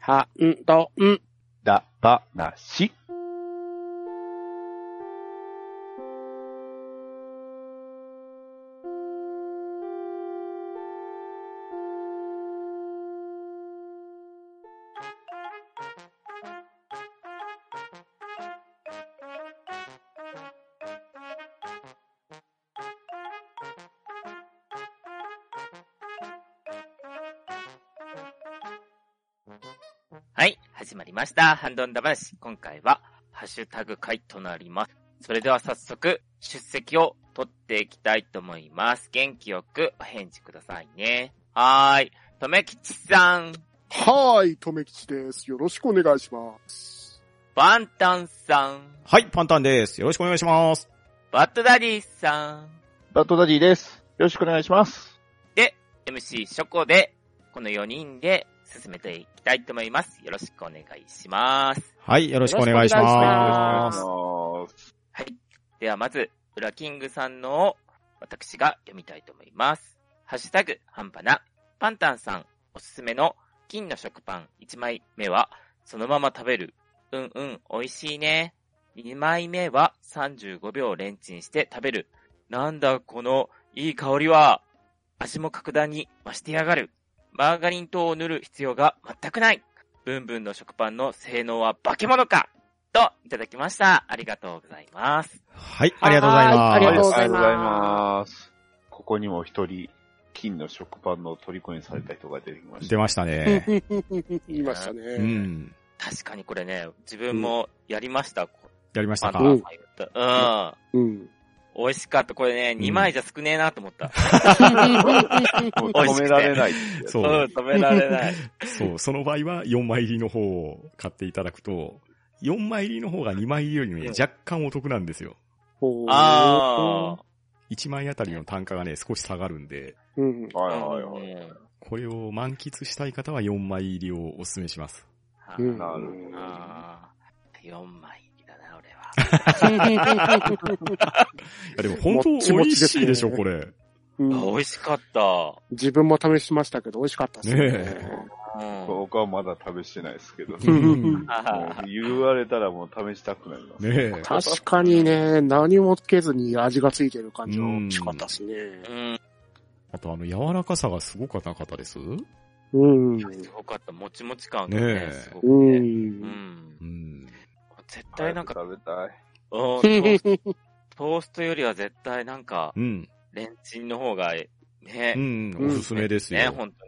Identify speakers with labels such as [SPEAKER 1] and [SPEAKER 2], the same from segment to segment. [SPEAKER 1] は、ん、と、ん。
[SPEAKER 2] だ、ば、な、し。
[SPEAKER 3] はい、始まりました。ハンドンダ話。今回は、ハッシュタグ回となります。それでは早速、出席を取っていきたいと思います。元気よくお返事くださいね。はーい。とめきちさん、
[SPEAKER 4] はーい、とめきちです。よろしくお願いします。
[SPEAKER 3] バンタンさん、
[SPEAKER 5] はい、パンタンです。よろしくお願いします。
[SPEAKER 3] バッドダディさん、
[SPEAKER 2] バッドダディです。よろしくお願いします。
[SPEAKER 3] MC ショコで、この4人で進めていきたいと思います。よろしくお願いします。
[SPEAKER 5] はい、よろしくお願いし
[SPEAKER 1] よろしくお願いし
[SPEAKER 5] ま。
[SPEAKER 1] ます
[SPEAKER 3] はい。ではまず、ウラキングさんのを私が読みたいと思います。ハッシュタグ、半端な。パンタンさん、おすすめの金の食パン1枚目は、そのまま食べる。うんうん、美味しいね。2枚目は35秒レンチンして食べる。なんだこのいい香りは。味も格段に増してやがる。マーガリン等を塗る必要が全くない。ブンブンの食パンの性能は化け物かと、いただきました。ありがとうございます。
[SPEAKER 5] はい、ありがとうございます。
[SPEAKER 1] ありがとうございます
[SPEAKER 2] ありがとうございます。ここにも一人、金の食パンの虜にされた人が出てきました。
[SPEAKER 5] 出ましたね。
[SPEAKER 4] 言いましたね。
[SPEAKER 5] うん。
[SPEAKER 3] 確かにこれね、自分もやりました。
[SPEAKER 5] やりました
[SPEAKER 3] パンダ。
[SPEAKER 5] か
[SPEAKER 3] さんが言った。
[SPEAKER 4] うん。
[SPEAKER 3] うん。美味しかった。これね、
[SPEAKER 5] ん
[SPEAKER 3] 2枚じゃ少ねえなと思った。
[SPEAKER 2] もう止められないってやつ。
[SPEAKER 5] そ
[SPEAKER 3] うん、
[SPEAKER 5] う、
[SPEAKER 3] 止められない。
[SPEAKER 5] そう、その場合は4枚入りの方を買っていただくと、4枚入りの方が2枚入りよりもね
[SPEAKER 3] うん
[SPEAKER 5] 若干お得なんですよ。
[SPEAKER 4] ほー
[SPEAKER 3] ああ。
[SPEAKER 5] 1枚あたりの単価がね、少し下がるんで、
[SPEAKER 4] うん。
[SPEAKER 2] はいはいはい。
[SPEAKER 3] うん
[SPEAKER 5] これを満喫したい方は4枚入りをお勧めします。
[SPEAKER 3] あ
[SPEAKER 4] うん
[SPEAKER 2] なる
[SPEAKER 3] あー。4枚だな、俺は。
[SPEAKER 5] いや、でも本当
[SPEAKER 4] もっちもち
[SPEAKER 5] 美味
[SPEAKER 4] です
[SPEAKER 5] し
[SPEAKER 4] ね
[SPEAKER 5] いでしょ、これ。
[SPEAKER 4] うん
[SPEAKER 3] あ美味しかった。
[SPEAKER 4] 自分も試しましたけど、美味しかったですね。
[SPEAKER 5] ね
[SPEAKER 3] うん。
[SPEAKER 2] 僕はまだ試してないですけど。
[SPEAKER 4] う
[SPEAKER 2] も
[SPEAKER 4] ん
[SPEAKER 5] うんね
[SPEAKER 3] あ
[SPEAKER 2] う言われたらもう試したくなります。
[SPEAKER 5] え。
[SPEAKER 4] 確かにね、何もつけずに味がついてる感じが美味しかったですね。
[SPEAKER 3] ーうん。
[SPEAKER 5] あとあの、柔らかさがすごかなかったですう
[SPEAKER 4] うん。うん。
[SPEAKER 3] すごかった。もちもち感がね
[SPEAKER 5] ね、え
[SPEAKER 3] すごく
[SPEAKER 4] う。
[SPEAKER 3] ね。うんん。
[SPEAKER 5] ん。
[SPEAKER 3] 絶対なんか、
[SPEAKER 2] 食べたい。
[SPEAKER 3] うんトートーストよりは絶対なんか、
[SPEAKER 5] うん。
[SPEAKER 3] レンチンの方が、ね、
[SPEAKER 5] うん、
[SPEAKER 4] うん
[SPEAKER 5] おすすめです
[SPEAKER 3] ね、
[SPEAKER 5] よ。
[SPEAKER 3] 本当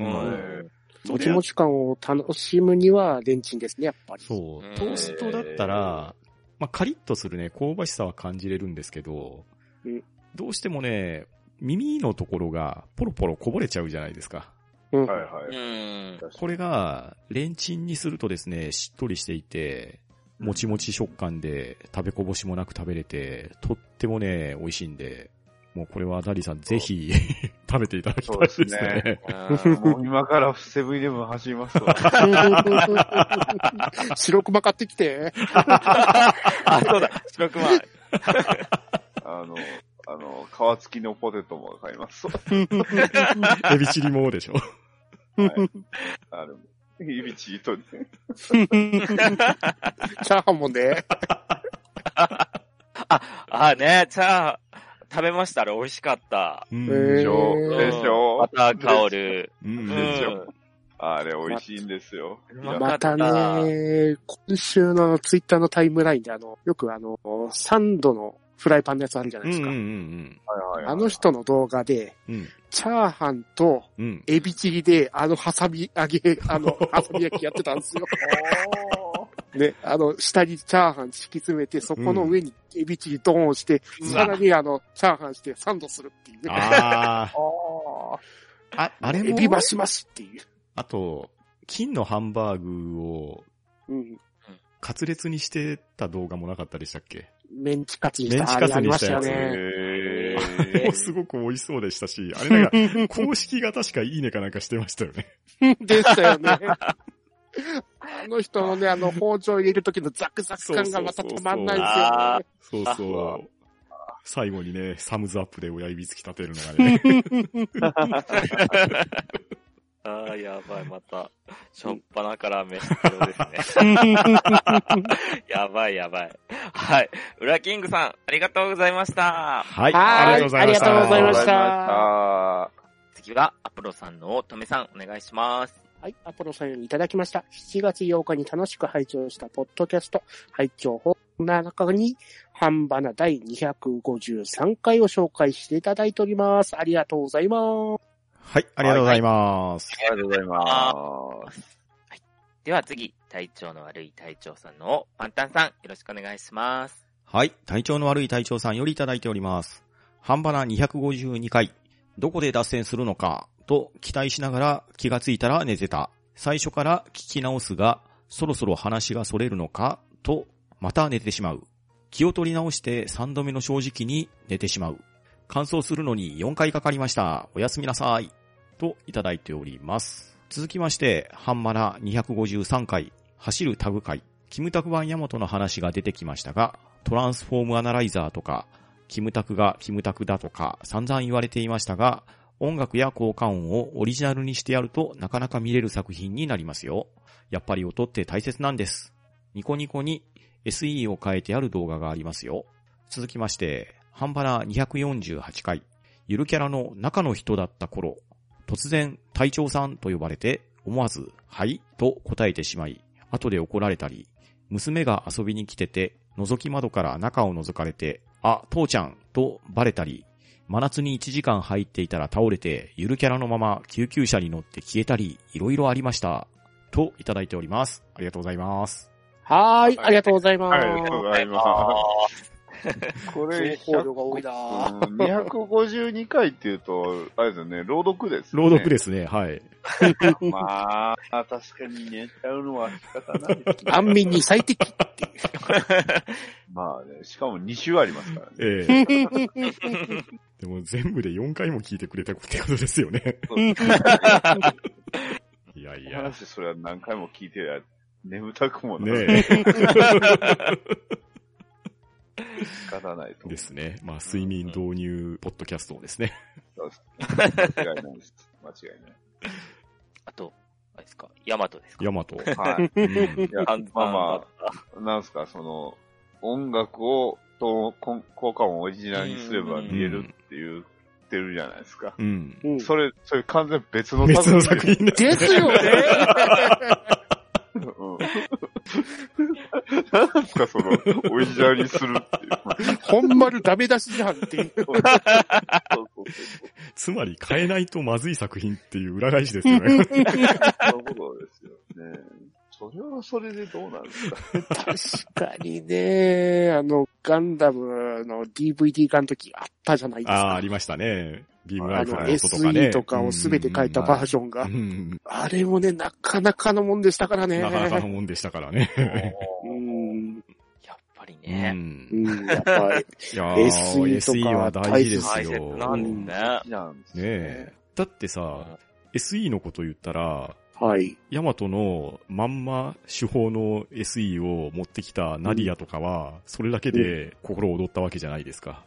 [SPEAKER 3] に。
[SPEAKER 5] うん
[SPEAKER 3] うん。
[SPEAKER 4] もちもち感を楽しむには、レンチンですね、やっぱり。
[SPEAKER 5] そうう、
[SPEAKER 3] ん
[SPEAKER 5] トーストだったら、まあ、カリッとするね、香ばしさは感じれるんですけど
[SPEAKER 4] うん、
[SPEAKER 5] どうしてもね、耳のところがポロポロこぼれちゃうじゃないですか。
[SPEAKER 4] うん。
[SPEAKER 2] はい
[SPEAKER 3] うん。う
[SPEAKER 2] はい。
[SPEAKER 3] ん。
[SPEAKER 5] これが、レンチンにするとですね、しっとりしていて、もちもち食感で、食べこぼしもなく食べれて、とってもね、美味しいんで、もうこれはダディさんぜひ 食べていただきたいです
[SPEAKER 2] そうです
[SPEAKER 5] ね。
[SPEAKER 3] うん
[SPEAKER 2] もう今からセブンイレブン走ります わ。
[SPEAKER 4] 白熊買ってきて。
[SPEAKER 3] あ、そうだ、白熊。
[SPEAKER 2] あの、あの、皮付きのポテトも買いますわ。
[SPEAKER 5] エビチリもでしょ。
[SPEAKER 2] あの、エビチリとね。
[SPEAKER 4] チャーハンもね。
[SPEAKER 3] あ、ね、チャーハン、食べましたら美味しかった。
[SPEAKER 5] うん
[SPEAKER 2] で
[SPEAKER 4] え
[SPEAKER 2] しょ
[SPEAKER 4] うん
[SPEAKER 2] でしょ
[SPEAKER 3] バター香る。
[SPEAKER 5] う
[SPEAKER 3] うん
[SPEAKER 2] しょ
[SPEAKER 3] ん。
[SPEAKER 2] あれ美味しいんですよ。
[SPEAKER 3] ま
[SPEAKER 2] いや
[SPEAKER 4] またね、今週のツイッターのタイムラインで、あの、よくあの、サンドのフライパンのやつあるじゃな
[SPEAKER 5] う
[SPEAKER 4] いです
[SPEAKER 5] んうん
[SPEAKER 4] か。
[SPEAKER 5] うん
[SPEAKER 2] はいはいはい
[SPEAKER 4] あの人の動画で、
[SPEAKER 5] うん。
[SPEAKER 4] チャーハンと
[SPEAKER 5] うん。
[SPEAKER 4] エビチリで、あの、ハサミ揚げ、あ の、ハサミ焼きやってたんですよ。ね、あの、下にチャーハン敷き詰めて、そこの上にエビチリドーン押して、
[SPEAKER 3] うん
[SPEAKER 4] さらにあの、チャーハンしてサンドするっていうね。
[SPEAKER 5] ああ。あ、あれ
[SPEAKER 4] エ
[SPEAKER 5] も、
[SPEAKER 4] ビマシマシっていう。
[SPEAKER 5] あと、金のハンバーグを
[SPEAKER 4] うん。
[SPEAKER 5] カツレツにしてた動画もなかったでしたっけ、
[SPEAKER 4] メンチカツに
[SPEAKER 5] メンチカツ
[SPEAKER 4] あ
[SPEAKER 5] にしたやつ
[SPEAKER 4] りましたよね。
[SPEAKER 2] へ
[SPEAKER 3] え
[SPEAKER 2] ー
[SPEAKER 5] もうすごく美味しそうでしたし、あれ なんか、公式が確かいいねかなんかしてましたよね。
[SPEAKER 4] でしたよね。あの人のね、あの、包丁入れる時のザクザク感がまた止まんないですよね。
[SPEAKER 5] そうそう。最後にね、サムズアップで親指突き立てるのがね。
[SPEAKER 3] ああ、やばい、また。しょっぱなから飯必要です ね。やばい、やばい。はい。裏キングさん、ありがとうございました。
[SPEAKER 5] は い。
[SPEAKER 4] はい
[SPEAKER 5] ありがとうございました。
[SPEAKER 4] ありがとうございました
[SPEAKER 2] あ
[SPEAKER 3] 次は、アプロさんのとめさん、お願いします。
[SPEAKER 4] はい、アポロさんよりいただきました。7月8日に楽しく拝聴したポッドキャスト、拝聴法の中に、半ばな第253回を紹介していただいております。ありがとうございます。
[SPEAKER 5] はい、ありがとうございます。
[SPEAKER 2] りがとうございます。
[SPEAKER 3] では次、体調の悪い隊長さんのパンタンさん、よろしくお願いします。
[SPEAKER 5] はい、体調の悪い隊長さんよりいただいております。半端な252回、どこで脱線するのか、と期待しながら気がついたら寝てた。最初から聞き直すが、そろそろ話が逸れるのか、と、また寝てしまう。気を取り直して3度目の正直に寝てしまう。乾燥するのに4回かかりました。おやすみなさい。といただいております。続きまして、ハンマラ253回、走るタグ会、キムタク版ヤマトの話が出てきましたが、トランスフォームアナライザーとか、キムタクがキムタクだとか散々言われていましたが、音楽や効果音をオリジナルにしてやるとなかなか見れる作品になりますよ。やっぱり音って大切なんです。ニコニコに SE を変えてある動画がありますよ。続きまして、ハンバラ248回、ゆるキャラの中の人だった頃、突然、隊長さんと呼ばれて、思わず、はい、と答えてしまい、後で怒られたり、娘が遊びに来てて、覗き窓から中を覗かれて、あ、父ちゃん、とバレたり、真夏に1時間入っていたら倒れて、ゆるキャラのまま救急車に乗って消えたり、いろいろありました。と、いただいております。ありがとうございます。
[SPEAKER 4] はーい、ありがとうございます。
[SPEAKER 2] はいありがとうございますこれ、
[SPEAKER 4] 情報量が多いなぁ
[SPEAKER 2] うん252回っていうと、あれですよね、朗読です、ね。
[SPEAKER 5] 朗読ですね、はい。
[SPEAKER 2] す。まあ、確かに寝ちゃうのは仕方ない ですね。
[SPEAKER 4] 安眠に最適。
[SPEAKER 2] まあね、しかも2週ありますからね。
[SPEAKER 5] ええでも全部で4回も聞いてくれたってことですよね。いやい
[SPEAKER 2] お
[SPEAKER 5] や。
[SPEAKER 2] 話それは何回も聞いてや、眠たくもなる。
[SPEAKER 5] ねえ。
[SPEAKER 2] 仕方ないと思う。
[SPEAKER 5] ですね。まあ、睡眠導入ポッドキャストですね。
[SPEAKER 2] 間違いないです。間違いない。
[SPEAKER 3] あと、あれですか、ヤマトですか
[SPEAKER 5] ヤマト。
[SPEAKER 2] はい。
[SPEAKER 5] うん
[SPEAKER 2] いや
[SPEAKER 3] パンタン
[SPEAKER 2] まあまあ、なんすか、その、音楽を、と、こん効果音をオリジナルにすれば見えるって言ってるじゃないですか。
[SPEAKER 5] うん。
[SPEAKER 4] うん
[SPEAKER 2] それ、それ完全に別の
[SPEAKER 5] 別の作品です。
[SPEAKER 4] ですよね
[SPEAKER 2] うん なんすか、その、オリジナルにするっていう。
[SPEAKER 4] ほんまるダメ出しじゃんっていう。
[SPEAKER 2] そう そうそう
[SPEAKER 5] つまり変えないとまずい作品っていう裏返しですよね。
[SPEAKER 2] そういうことですよね。それはそれでどうなんですか
[SPEAKER 4] 確かにね、あの、ガンダムの DVD 化の時あったじゃないです
[SPEAKER 5] ああ、あ
[SPEAKER 4] か。
[SPEAKER 5] りましたね。ビームラ
[SPEAKER 4] あ
[SPEAKER 5] イフル
[SPEAKER 4] の
[SPEAKER 5] の音とかね。
[SPEAKER 4] SE とかをすべて書いたバージョンが
[SPEAKER 5] う。ん。
[SPEAKER 4] あれもね、なかなかのもんでしたからね。
[SPEAKER 5] なかなかのもんでしたからね。
[SPEAKER 4] うん。
[SPEAKER 3] やっぱり
[SPEAKER 5] う
[SPEAKER 3] ね。
[SPEAKER 5] ん。
[SPEAKER 4] うん、やっぱり。
[SPEAKER 5] いや
[SPEAKER 4] SE と
[SPEAKER 5] SE
[SPEAKER 4] か
[SPEAKER 5] は大事です
[SPEAKER 3] 大切
[SPEAKER 5] よ。
[SPEAKER 3] なんですね。
[SPEAKER 2] なんです
[SPEAKER 5] ねえ。だってさ、SE のこと言ったら、
[SPEAKER 4] はい。
[SPEAKER 5] ヤマトのまんま手法の SE を持ってきたナディアとかは、それだけで心躍ったわけじゃないですか。
[SPEAKER 2] はいはい。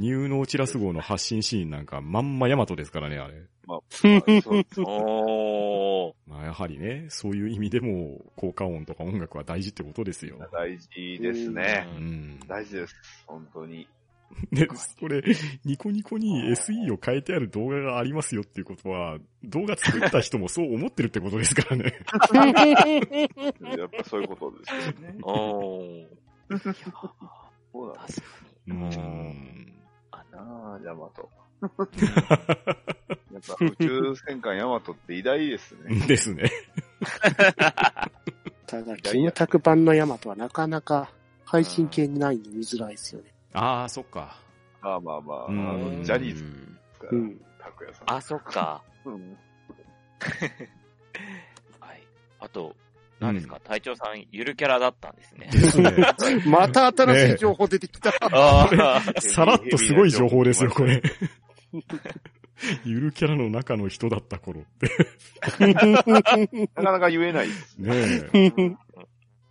[SPEAKER 5] ニューノーチラス号の発信シーンなんかまんまヤマトですからね、あれ。
[SPEAKER 2] まあ、まあそう
[SPEAKER 3] おー。
[SPEAKER 5] まあやはりね、そういう意味でも効果音とか音楽は大事ってことですよ。
[SPEAKER 2] 大事ですね。
[SPEAKER 5] うん。
[SPEAKER 2] 大事です。本当に。
[SPEAKER 5] で、それ、ニコニコに SE を変えてある動画がありますよっていうことは、動画作った人もそう思ってるってことですからね。
[SPEAKER 2] やっぱそういうことですよね。
[SPEAKER 3] おー。
[SPEAKER 2] そうなんだ
[SPEAKER 3] 確か
[SPEAKER 5] う
[SPEAKER 3] に。
[SPEAKER 5] ん。
[SPEAKER 2] なあ、ヤマ ト。やっぱ宇宙戦艦ヤマトって偉大ですね。
[SPEAKER 5] ですね。
[SPEAKER 4] ただ、金卓版のヤマトはなかなか配信系にないんで見づらいですよね。
[SPEAKER 5] ああ、そっか。
[SPEAKER 2] まあまあまあ、あ
[SPEAKER 5] う
[SPEAKER 2] の
[SPEAKER 5] ん
[SPEAKER 2] ジャニーズで。すから
[SPEAKER 4] う、ん。
[SPEAKER 2] 拓也さん。
[SPEAKER 3] あ、そっか。
[SPEAKER 2] うん
[SPEAKER 3] はい。あと、何ですか、隊長さん、ゆるキャラだったんですね。
[SPEAKER 5] です ね。
[SPEAKER 4] また新しい情報出てきた。
[SPEAKER 3] あ ー
[SPEAKER 5] さらっとすごい情報ですよ、これ。ゆるキャラの中の人だった頃って。
[SPEAKER 2] なかなか言えないです。
[SPEAKER 5] ねえ。
[SPEAKER 4] うん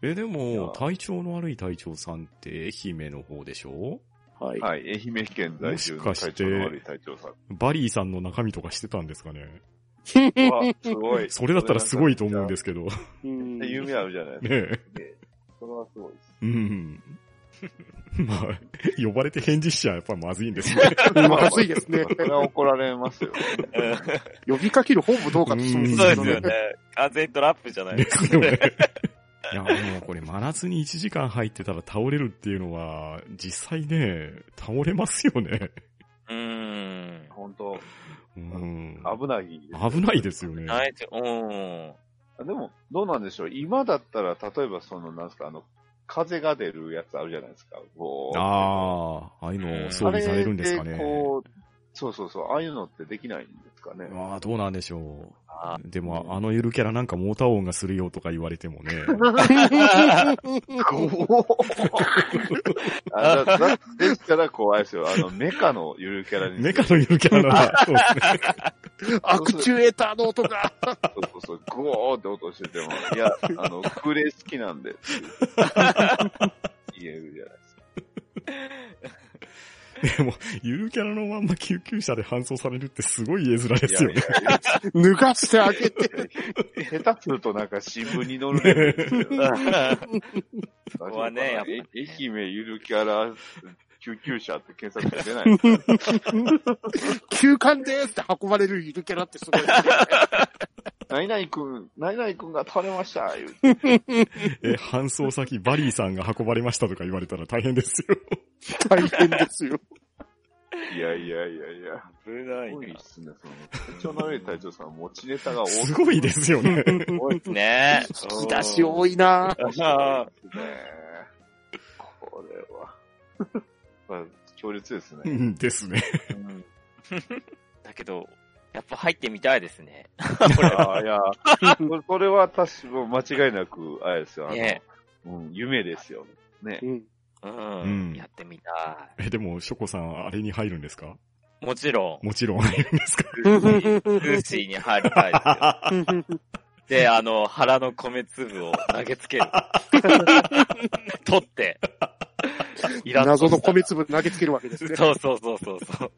[SPEAKER 5] え、で
[SPEAKER 2] いや
[SPEAKER 5] も、体調の悪い隊長さんって愛媛の方でしょ
[SPEAKER 4] はい。
[SPEAKER 2] はい。愛媛県在住の体
[SPEAKER 5] もしかし
[SPEAKER 2] 調
[SPEAKER 5] て
[SPEAKER 2] の悪い隊長さん。
[SPEAKER 5] バリーさんの中身とかしてたんですかね。
[SPEAKER 2] うわすごい。
[SPEAKER 5] それだったらすごいと思うんですけど。ね
[SPEAKER 4] うん
[SPEAKER 2] めっちゃ夢あるじゃないですか。
[SPEAKER 5] え。
[SPEAKER 2] それはすごいです。
[SPEAKER 5] うん。まあ、呼ばれて返事しちゃやっぱまずいんですね。
[SPEAKER 4] まずいですね。
[SPEAKER 2] それは怒られますよ。
[SPEAKER 4] 呼びかける方もどうかと思うん
[SPEAKER 3] そう
[SPEAKER 4] け
[SPEAKER 3] で
[SPEAKER 4] ど
[SPEAKER 3] すよね。完全にトラップじゃない
[SPEAKER 5] で
[SPEAKER 3] ですか。
[SPEAKER 5] すよね。いや、もうこれ真夏に1時間入ってたら倒れるっていうのは、実際ね、倒れますよね。
[SPEAKER 3] うーん。
[SPEAKER 2] 本当
[SPEAKER 5] うん。
[SPEAKER 2] 危ないですよ。
[SPEAKER 5] 危ないですよね。
[SPEAKER 3] ないですよ。うん。
[SPEAKER 2] あでも、どうなんでしょう。今だったら、例えばその、なんですか、あの、風が出るやつあるじゃないですか。こう
[SPEAKER 5] ああ、ああいうの装
[SPEAKER 2] あ
[SPEAKER 5] 備
[SPEAKER 2] れ
[SPEAKER 5] されるんですかね
[SPEAKER 2] で。こう、そうそうそう、ああいうのってできないんですかね。
[SPEAKER 5] まあ、どうなんでしょ
[SPEAKER 3] あ
[SPEAKER 5] う。でも、あのゆるキャラなんかモーター音がするよとか言われてもね。
[SPEAKER 2] あだだでしたら、こう、あれですよ、あの、メカのゆるキャラにする。
[SPEAKER 5] メカのゆるキャラなら、そうですね。
[SPEAKER 4] アクチュエーターの音が。
[SPEAKER 2] そうそうそう、グオーって音してても、いや、あの、グレー好きなんで、言えるじゃないですか。
[SPEAKER 5] でも、ゆるキャラのまんま救急車で搬送されるってすごい絵面で
[SPEAKER 2] い
[SPEAKER 5] す
[SPEAKER 2] や
[SPEAKER 5] よ
[SPEAKER 2] いや
[SPEAKER 5] ね。
[SPEAKER 4] 脱がしてあげて。
[SPEAKER 2] いや、下手するとなんか新聞に載るレベルですよね。 そ
[SPEAKER 3] こ はねやっぱね
[SPEAKER 2] 愛媛ゆるキャラ、救急車って検索してないです か
[SPEAKER 4] 休館ですって運ばれるゆるキャラってすごい。
[SPEAKER 2] ら。ナイくん、ナイナイくんが倒れました、言うて
[SPEAKER 5] え、搬送先バリーさんが運ばれましたとか言われたら大変ですよ。
[SPEAKER 4] 大変ですよ。
[SPEAKER 2] いやいやいやいや。
[SPEAKER 3] 危な
[SPEAKER 2] す
[SPEAKER 3] い
[SPEAKER 2] ごいっ
[SPEAKER 3] な。
[SPEAKER 2] すね、その、体調の悪い隊長さんは持ちネタが多い。
[SPEAKER 5] すごいですよね。
[SPEAKER 2] 多いですね。
[SPEAKER 3] ねえ。
[SPEAKER 4] 引き 出し多いな
[SPEAKER 3] あ
[SPEAKER 2] これは。まあ、強烈です
[SPEAKER 5] う
[SPEAKER 2] ね。
[SPEAKER 5] んですね。
[SPEAKER 2] うん
[SPEAKER 3] だけど、やっぱ入ってみたいですね。
[SPEAKER 2] ああ、いや、これこれは確か間違いなく、あれですよ、あの
[SPEAKER 3] ね、
[SPEAKER 2] うん、夢ですよね。ね。
[SPEAKER 4] うん
[SPEAKER 3] うん。
[SPEAKER 5] うん
[SPEAKER 3] やってみた
[SPEAKER 5] え、でも、ショコさん、あれに入るんですか
[SPEAKER 3] い。もちろん、
[SPEAKER 5] もちろん 入るんですか
[SPEAKER 3] ルーシーに入りたいですよ。で、あの、腹の米粒を投げつ ける。取って。イラッと
[SPEAKER 4] 謎の米粒投げつけるわけですね。
[SPEAKER 3] そうそうそうそうそう。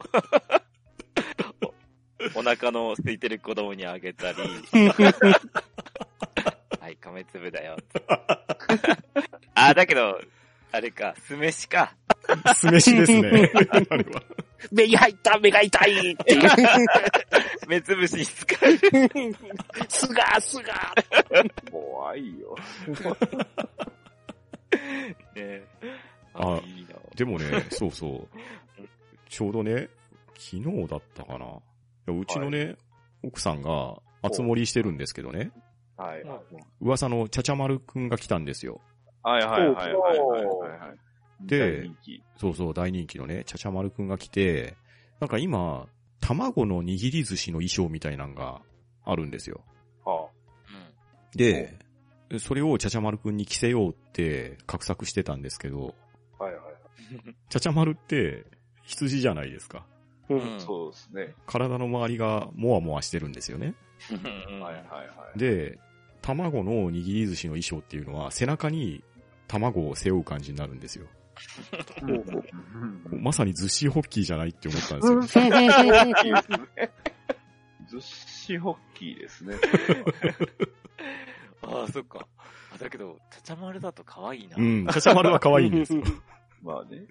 [SPEAKER 3] おお腹の空いてる子供にあげたり。はい、米粒だよ。 あ、だけど、あれか、酢飯か。
[SPEAKER 5] 酢飯ですね。あれは。
[SPEAKER 4] 目に入った目が痛いっていう。
[SPEAKER 3] 目つぶしに使える。
[SPEAKER 4] すがすが
[SPEAKER 2] 怖いよ。
[SPEAKER 3] ね、
[SPEAKER 5] あ
[SPEAKER 3] いいな。
[SPEAKER 5] でもね、そうそう。ちょうどね、昨日だったかな。いやうちのね、奥さんが、あつ森してるんですけどね、
[SPEAKER 2] はい。
[SPEAKER 3] ま
[SPEAKER 5] 噂のちゃちゃまるくんが来たんですよ。
[SPEAKER 2] はいはいはいはいはいはいはい。大
[SPEAKER 5] で
[SPEAKER 2] 人気
[SPEAKER 5] そうそう、大人気のね、ちゃちゃまるくんが来て、なんか今、卵の握り寿司の衣装みたいなんがあるんですよ。
[SPEAKER 2] は
[SPEAKER 5] で、それをちゃちゃまるくんに着せようって画策してたんですけど、
[SPEAKER 2] あはいはい。
[SPEAKER 5] ちゃちゃまるって羊じゃないですか。
[SPEAKER 4] う
[SPEAKER 3] うんん。
[SPEAKER 2] そうですね。
[SPEAKER 5] 体の周りがもわもわしてるんですよね。
[SPEAKER 3] うん。
[SPEAKER 2] はいはいはい。
[SPEAKER 5] で、卵の握り寿司の衣装っていうのは背中に卵を背負う感じになるんです
[SPEAKER 2] う
[SPEAKER 5] よ。
[SPEAKER 2] ん
[SPEAKER 4] ほうほう
[SPEAKER 5] まさに寿司ホッキーじゃないって思ったんです よ。
[SPEAKER 2] ずっしホッキーですね。
[SPEAKER 3] ああ、そっか。あだけど、ちゃちゃまるだと可愛いな。
[SPEAKER 5] うん、ちゃちゃまるは可愛いんですよ。
[SPEAKER 2] まあね。
[SPEAKER 5] やっ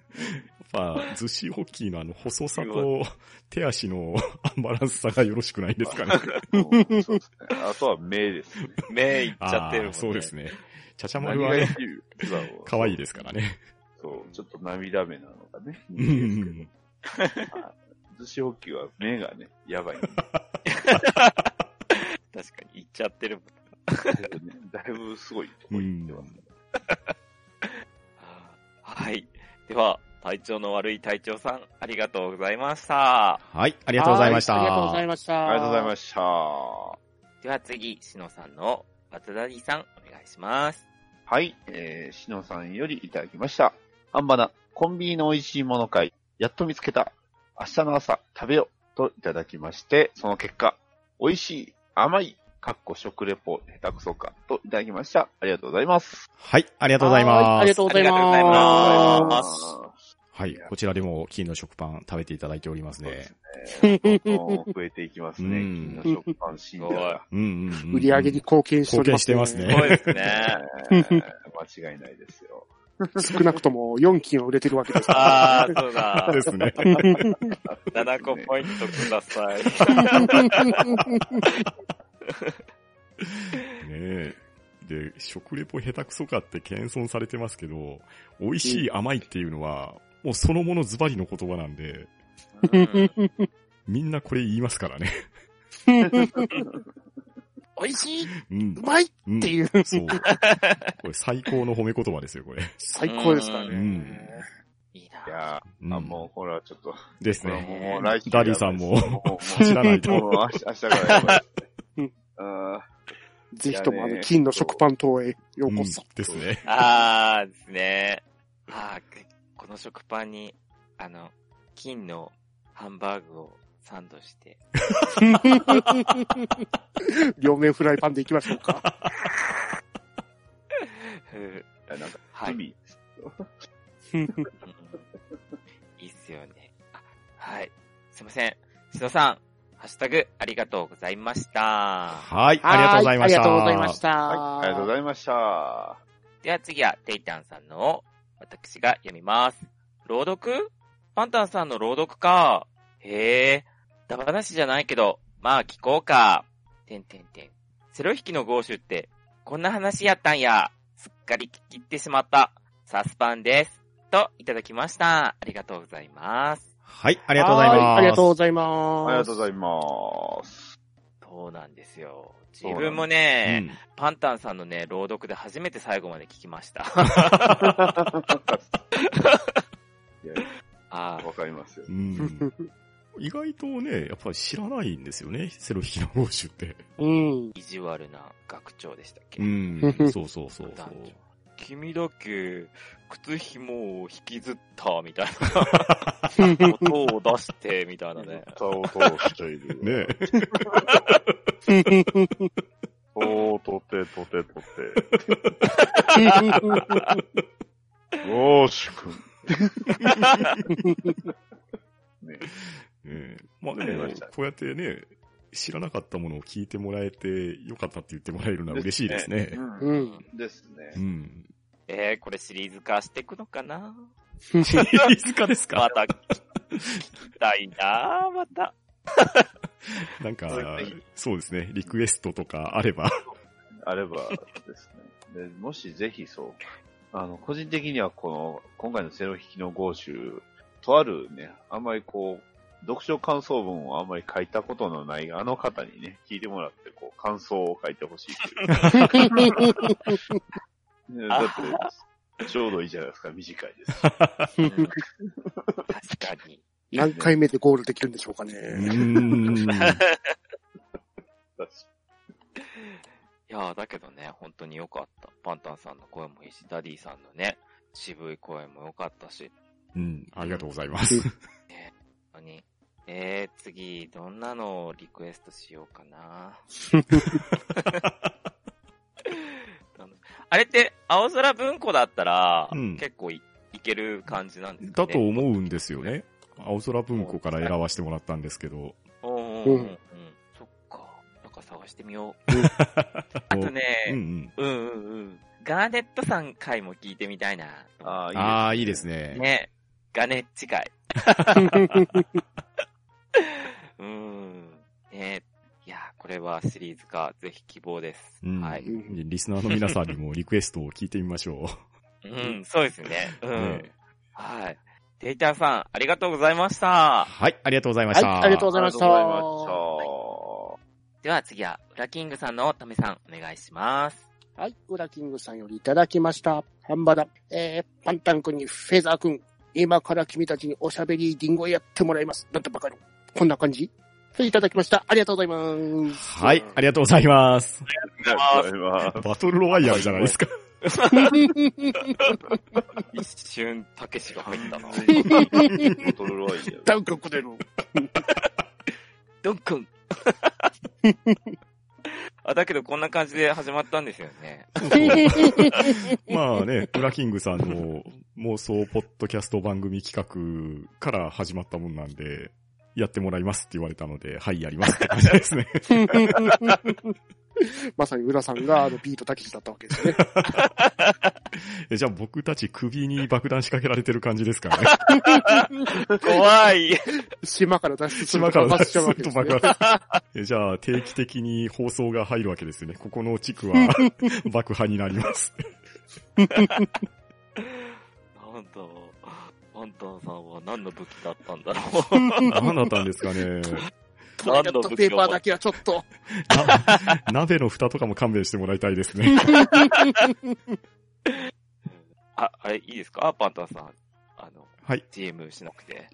[SPEAKER 5] ぱ、寿司ホッキーのあの、細さと、手足のアンバランスさがよろしくないで すかね。
[SPEAKER 2] うんそうですね。あとは目ですね。
[SPEAKER 3] 目いっちゃってるもんね。
[SPEAKER 5] そうですね。ちゃちゃま
[SPEAKER 2] 何
[SPEAKER 5] るは
[SPEAKER 2] が
[SPEAKER 5] ね、
[SPEAKER 2] 一番
[SPEAKER 5] 可愛いですからね。
[SPEAKER 2] そう、ちょっと涙目なのがね。
[SPEAKER 5] う
[SPEAKER 2] いいですけ
[SPEAKER 5] ん。
[SPEAKER 2] ど寿司補給は目がね、やばい、ね。
[SPEAKER 3] 確かに、いっちゃってるもん。
[SPEAKER 2] だいぶすごいとこ行ってますね。
[SPEAKER 3] あーはい。では、体調の悪い隊長さん、ありがとうございました。
[SPEAKER 5] はい、あ
[SPEAKER 4] あ
[SPEAKER 5] りがとうございました。
[SPEAKER 4] ありがとうございました。
[SPEAKER 2] ありがとうございま
[SPEAKER 4] し
[SPEAKER 2] した。は
[SPEAKER 3] では次、しのさんの、バツダディさん、お願いし ます。
[SPEAKER 2] い、えー、しのさんよりいただきました。あんばな、コンビニの美味しいもの会、やっと見つけた。明日の朝、食べよう。といただきまして、その結果、美味しい、甘い、かっこ食レポ、下手くそか、といただきました。ありがとうございます。
[SPEAKER 5] はい、ありがとうございます。
[SPEAKER 4] ありがとうございます。
[SPEAKER 3] ありがとうございます
[SPEAKER 2] あ
[SPEAKER 5] はい。こちらでも金の食パン食べていただいております
[SPEAKER 2] そうで
[SPEAKER 5] ね
[SPEAKER 2] す。ね。どんどん増えていきますね。
[SPEAKER 5] うん
[SPEAKER 2] 金の食パン信者が。
[SPEAKER 5] うんうんうんうん
[SPEAKER 4] 売り上げに貢献しております、
[SPEAKER 5] 貢献してます
[SPEAKER 3] す
[SPEAKER 5] ね
[SPEAKER 3] ごいですね。
[SPEAKER 2] えー間違いないですよ。
[SPEAKER 4] 少なくとも4金は売れてるわけですから。
[SPEAKER 3] ああ、そうだ
[SPEAKER 5] そう。ですね。
[SPEAKER 3] 7個ポイントください。
[SPEAKER 5] ねえ。で、食レポ下手くそかって謙遜されてますけど、美味しい甘いっていうのは、もうそのものズバリの言葉なんで、
[SPEAKER 3] うん
[SPEAKER 5] みんなこれ言いますからね。
[SPEAKER 4] 美味しい、
[SPEAKER 5] うん
[SPEAKER 4] う。まいっ
[SPEAKER 5] うん
[SPEAKER 4] ていう、
[SPEAKER 5] そう。これ最高の褒め言葉ですよ、これ。
[SPEAKER 4] 最高ですから
[SPEAKER 5] う
[SPEAKER 4] ね。
[SPEAKER 5] ん。
[SPEAKER 3] いい
[SPEAKER 2] い
[SPEAKER 3] な。
[SPEAKER 2] や
[SPEAKER 5] う
[SPEAKER 2] ー、
[SPEAKER 5] ん
[SPEAKER 2] あ、もうこれはちょっと、
[SPEAKER 5] です
[SPEAKER 2] これは
[SPEAKER 5] ね。
[SPEAKER 2] もう来週
[SPEAKER 5] ダディさんも
[SPEAKER 2] やばいですもう、
[SPEAKER 5] 知ら ないと。
[SPEAKER 2] もう、もう明日明日からやばいですね。うん
[SPEAKER 4] ぜひとも
[SPEAKER 2] い
[SPEAKER 4] あ
[SPEAKER 2] や
[SPEAKER 4] の、
[SPEAKER 2] ね
[SPEAKER 4] 金の食パン党へようこそ。
[SPEAKER 5] うんですね。
[SPEAKER 3] ああ、ですね。ああ、この食パンに、あの、金のハンバーグをサンド して。
[SPEAKER 4] 両面フライパンでいきましょうか。
[SPEAKER 3] ふう
[SPEAKER 2] いやなんか、
[SPEAKER 3] は
[SPEAKER 2] 日
[SPEAKER 3] い。
[SPEAKER 2] 々、
[SPEAKER 3] うんいいっすよね。あはい。すいません。しのさん、ハッシュタグ、ありがとうございました。
[SPEAKER 5] はい、ありがとうございました。
[SPEAKER 4] はありがとうございまし。た。
[SPEAKER 2] はい、ありがとうございました。
[SPEAKER 3] では次は、テイタンさんのを私が読みます。朗読パンタンさんの朗読か。へえ、ダバなしじゃないけど、まあ聞こうか。てんてんてん。セロ引きのゴーシュって、こんな話やったんや。すっかり聞き入ってしまった。サスパンです。と、いただきました。ありがとうございます。
[SPEAKER 5] はい、ありがとうございます。
[SPEAKER 4] はありがとうございます。
[SPEAKER 2] ありがとうご
[SPEAKER 4] い
[SPEAKER 2] ざいます。
[SPEAKER 3] そうなんですよ。自分もね、パンタンさんのね、朗読で初めて最後まで聞きました。
[SPEAKER 2] いや
[SPEAKER 3] あー
[SPEAKER 2] わかりますよ
[SPEAKER 5] う。ん。意外とね、やっぱり知らないんですよね、セロ引きのゴーシュって。
[SPEAKER 4] うん。
[SPEAKER 3] 意地悪な学長でしたっけ
[SPEAKER 5] うん、 そうそうそうそう。
[SPEAKER 3] 君だけ、靴紐を引きずった、みたい な。音を出して、みたいなね。
[SPEAKER 2] 歌を通してい る。
[SPEAKER 5] ねえ
[SPEAKER 2] おー、とてとてとて。ゴーシュ君。ね
[SPEAKER 5] ええまあ
[SPEAKER 2] わか
[SPEAKER 5] で
[SPEAKER 2] り
[SPEAKER 5] も
[SPEAKER 2] ました、
[SPEAKER 5] こうやってね、知らなかったものを聞いてもらえて、よかったって言ってもらえるのは嬉しいですね。
[SPEAKER 2] う
[SPEAKER 4] うんん。
[SPEAKER 2] です
[SPEAKER 5] う
[SPEAKER 2] ね。
[SPEAKER 5] ん。
[SPEAKER 3] えー、これシリーズ化していくのかな
[SPEAKER 5] 飯塚です
[SPEAKER 3] ま
[SPEAKER 5] か
[SPEAKER 3] た、聞きたいなまた。
[SPEAKER 5] なんか
[SPEAKER 2] そうですね、
[SPEAKER 5] そうですね、リクエストとかあれば。
[SPEAKER 2] あればですね。でもしぜひそう、あの、個人的にはこの、今回のセロ引きのゴーシュ、とあるね、あんまりこう、読書感想文をあんまり書いたことのないあの方にね、聞いてもらって、こう、感想を書いてほしいって いう。ねだって、ちょうどいいじゃないですか、短いですし。
[SPEAKER 3] うん確かに。
[SPEAKER 4] 何回目でゴールできるんでしょうか
[SPEAKER 5] う
[SPEAKER 4] ね。
[SPEAKER 5] ん。
[SPEAKER 2] だし
[SPEAKER 3] いやーだけどね、本当に良かった。パンタンさんの声もいいし、ダディさんのね、渋い声も良かったし、
[SPEAKER 5] うん、ありがとうございます。
[SPEAKER 3] 本当に。えー、次、どんなのをリクエストしようかな。 あれって、青空文庫だったら、
[SPEAKER 5] うん
[SPEAKER 3] 結構いいける感じなんですか
[SPEAKER 5] だ
[SPEAKER 3] ね。
[SPEAKER 5] と思うんですよね。青空文庫から選ばせてもらったんですけど。
[SPEAKER 3] うんうんうん。
[SPEAKER 4] う
[SPEAKER 3] うんん、そっか。なんか探してみよ
[SPEAKER 4] うん
[SPEAKER 3] う。あと
[SPEAKER 5] うんう
[SPEAKER 3] ね、
[SPEAKER 5] ん。
[SPEAKER 3] うん、うんうんうんガーネットさん回も聞いてみたいな。
[SPEAKER 2] あ
[SPEAKER 5] あ
[SPEAKER 2] あ、
[SPEAKER 5] あ、
[SPEAKER 2] い
[SPEAKER 5] い
[SPEAKER 2] い
[SPEAKER 5] い
[SPEAKER 2] で
[SPEAKER 5] ですす
[SPEAKER 2] ね。
[SPEAKER 5] ね。
[SPEAKER 3] ね。ガネッチ回。うん。ねいや、これはシリーズ化、ぜひ希望です。
[SPEAKER 5] うん
[SPEAKER 3] はい。
[SPEAKER 5] リスナーの皆さんにもリクエストを聞いてみましょ
[SPEAKER 3] うん、そうですね。う
[SPEAKER 5] う。
[SPEAKER 3] ん。
[SPEAKER 5] ね
[SPEAKER 3] はい。デイターさん、ありがとうございました。
[SPEAKER 5] はい、ありがとうございま
[SPEAKER 4] は
[SPEAKER 5] し
[SPEAKER 4] い、
[SPEAKER 5] た。
[SPEAKER 4] ありがとうご
[SPEAKER 2] あ
[SPEAKER 4] ざ
[SPEAKER 2] りが
[SPEAKER 4] いま
[SPEAKER 2] とうご
[SPEAKER 4] した。
[SPEAKER 2] ざいま
[SPEAKER 4] は
[SPEAKER 2] した。
[SPEAKER 3] では次は、ウラキングさんのおためさん、お願いします。
[SPEAKER 4] い、ウラキングさんよりいただきました。ハンバダ。えー、パンタン君にフェザー君。今から君たちにおしゃべりリンゴやってもらいます。なんてバカの。こんな感じといただきました。ありがとうございます。
[SPEAKER 5] はい、ありがとうございます。
[SPEAKER 2] ありがとうございます。
[SPEAKER 5] バトルロワイヤルじゃないですか。
[SPEAKER 3] 一瞬、たけしが入 ったな。
[SPEAKER 2] ボトルロワイヤル。
[SPEAKER 4] ダンクくれる。
[SPEAKER 3] ドンくん。 あ、だけどこんな感じで始まったんですよね。
[SPEAKER 5] まあね、裏キングさんの妄想ポッドキャスト番組企画から始まったもんなんで、やってもらいますって言われたので、はい、やりますって感じですね。
[SPEAKER 4] まさに浦さんがあのビートたけしだったわけですね。
[SPEAKER 5] えじゃあ僕たち首に爆弾仕掛けられてる感じですからね。
[SPEAKER 3] 怖い。
[SPEAKER 4] 島から脱出する
[SPEAKER 5] 島
[SPEAKER 4] と
[SPEAKER 5] から
[SPEAKER 4] 爆
[SPEAKER 5] 出
[SPEAKER 4] 発し
[SPEAKER 5] す
[SPEAKER 4] ちゃうわけ
[SPEAKER 5] と
[SPEAKER 4] ですね
[SPEAKER 5] 爆。発。えじゃあ定期的に放送が入るわけですよね。ここの地区は爆破になります。
[SPEAKER 3] なんだ、パンタンさんは何の武器だったんだ ろう。
[SPEAKER 5] 何だったんですかね。
[SPEAKER 4] トイレットペーパーだけはちょっと。
[SPEAKER 5] な鍋の蓋とかも勘弁してもらいたいですね。
[SPEAKER 3] あ、あれ、いいですかパンタンさん。あの、
[SPEAKER 5] はい。
[SPEAKER 3] CM しなくて。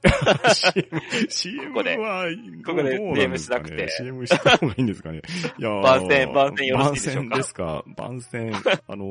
[SPEAKER 5] CM、CM
[SPEAKER 3] こで
[SPEAKER 5] は、
[SPEAKER 3] ここで
[SPEAKER 5] どうなんです
[SPEAKER 3] CM し
[SPEAKER 5] か
[SPEAKER 3] なく
[SPEAKER 5] ね
[SPEAKER 3] て
[SPEAKER 5] CM した方がいいんですかね。いやー
[SPEAKER 3] 番宣番宣よろしいでしょうか
[SPEAKER 5] 番宣ですか。番宣。あの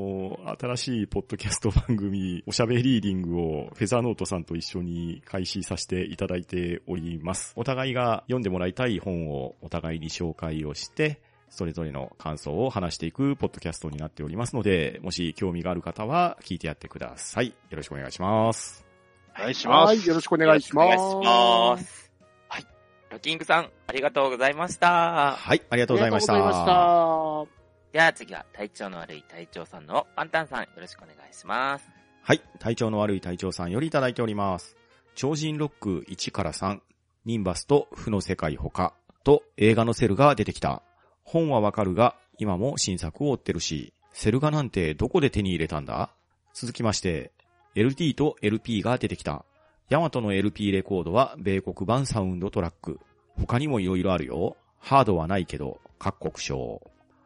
[SPEAKER 5] ー、新しいポッドキャスト番組、おしゃべりリーディングをフェザーノートさんと一緒に開始させていただいております。お互いが読んでもらいたい本をお互いに紹介をして、それぞれの感想を話していくポッドキャストになっておりますので、もし興味がある方は聞いてやってください。よろしくお願いします。
[SPEAKER 2] お願いしま
[SPEAKER 4] は
[SPEAKER 2] す。
[SPEAKER 4] い、よろしくお願いします。
[SPEAKER 3] お願いします。はい。ラキングさん、ありがとうございました。
[SPEAKER 5] はい、ありがとうございました。
[SPEAKER 4] ありがとうございました。
[SPEAKER 3] では次は、体調の悪い隊長さんのパンタンさん、よろしくお願いします。
[SPEAKER 5] はい。体調の悪い隊長さんよりいただいております。超人ロック1から3、ニンバスと負の世界ほか、と映画のセルが出てきた。本はわかるが、今も新作を追ってるし、セルガなんてどこで手に入れたんだ続きまして、LT と LP が出てきた。ヤマトの LP レコードは米国版サウンドトラック。他にも色々あるよ。ハードはないけど、各国賞。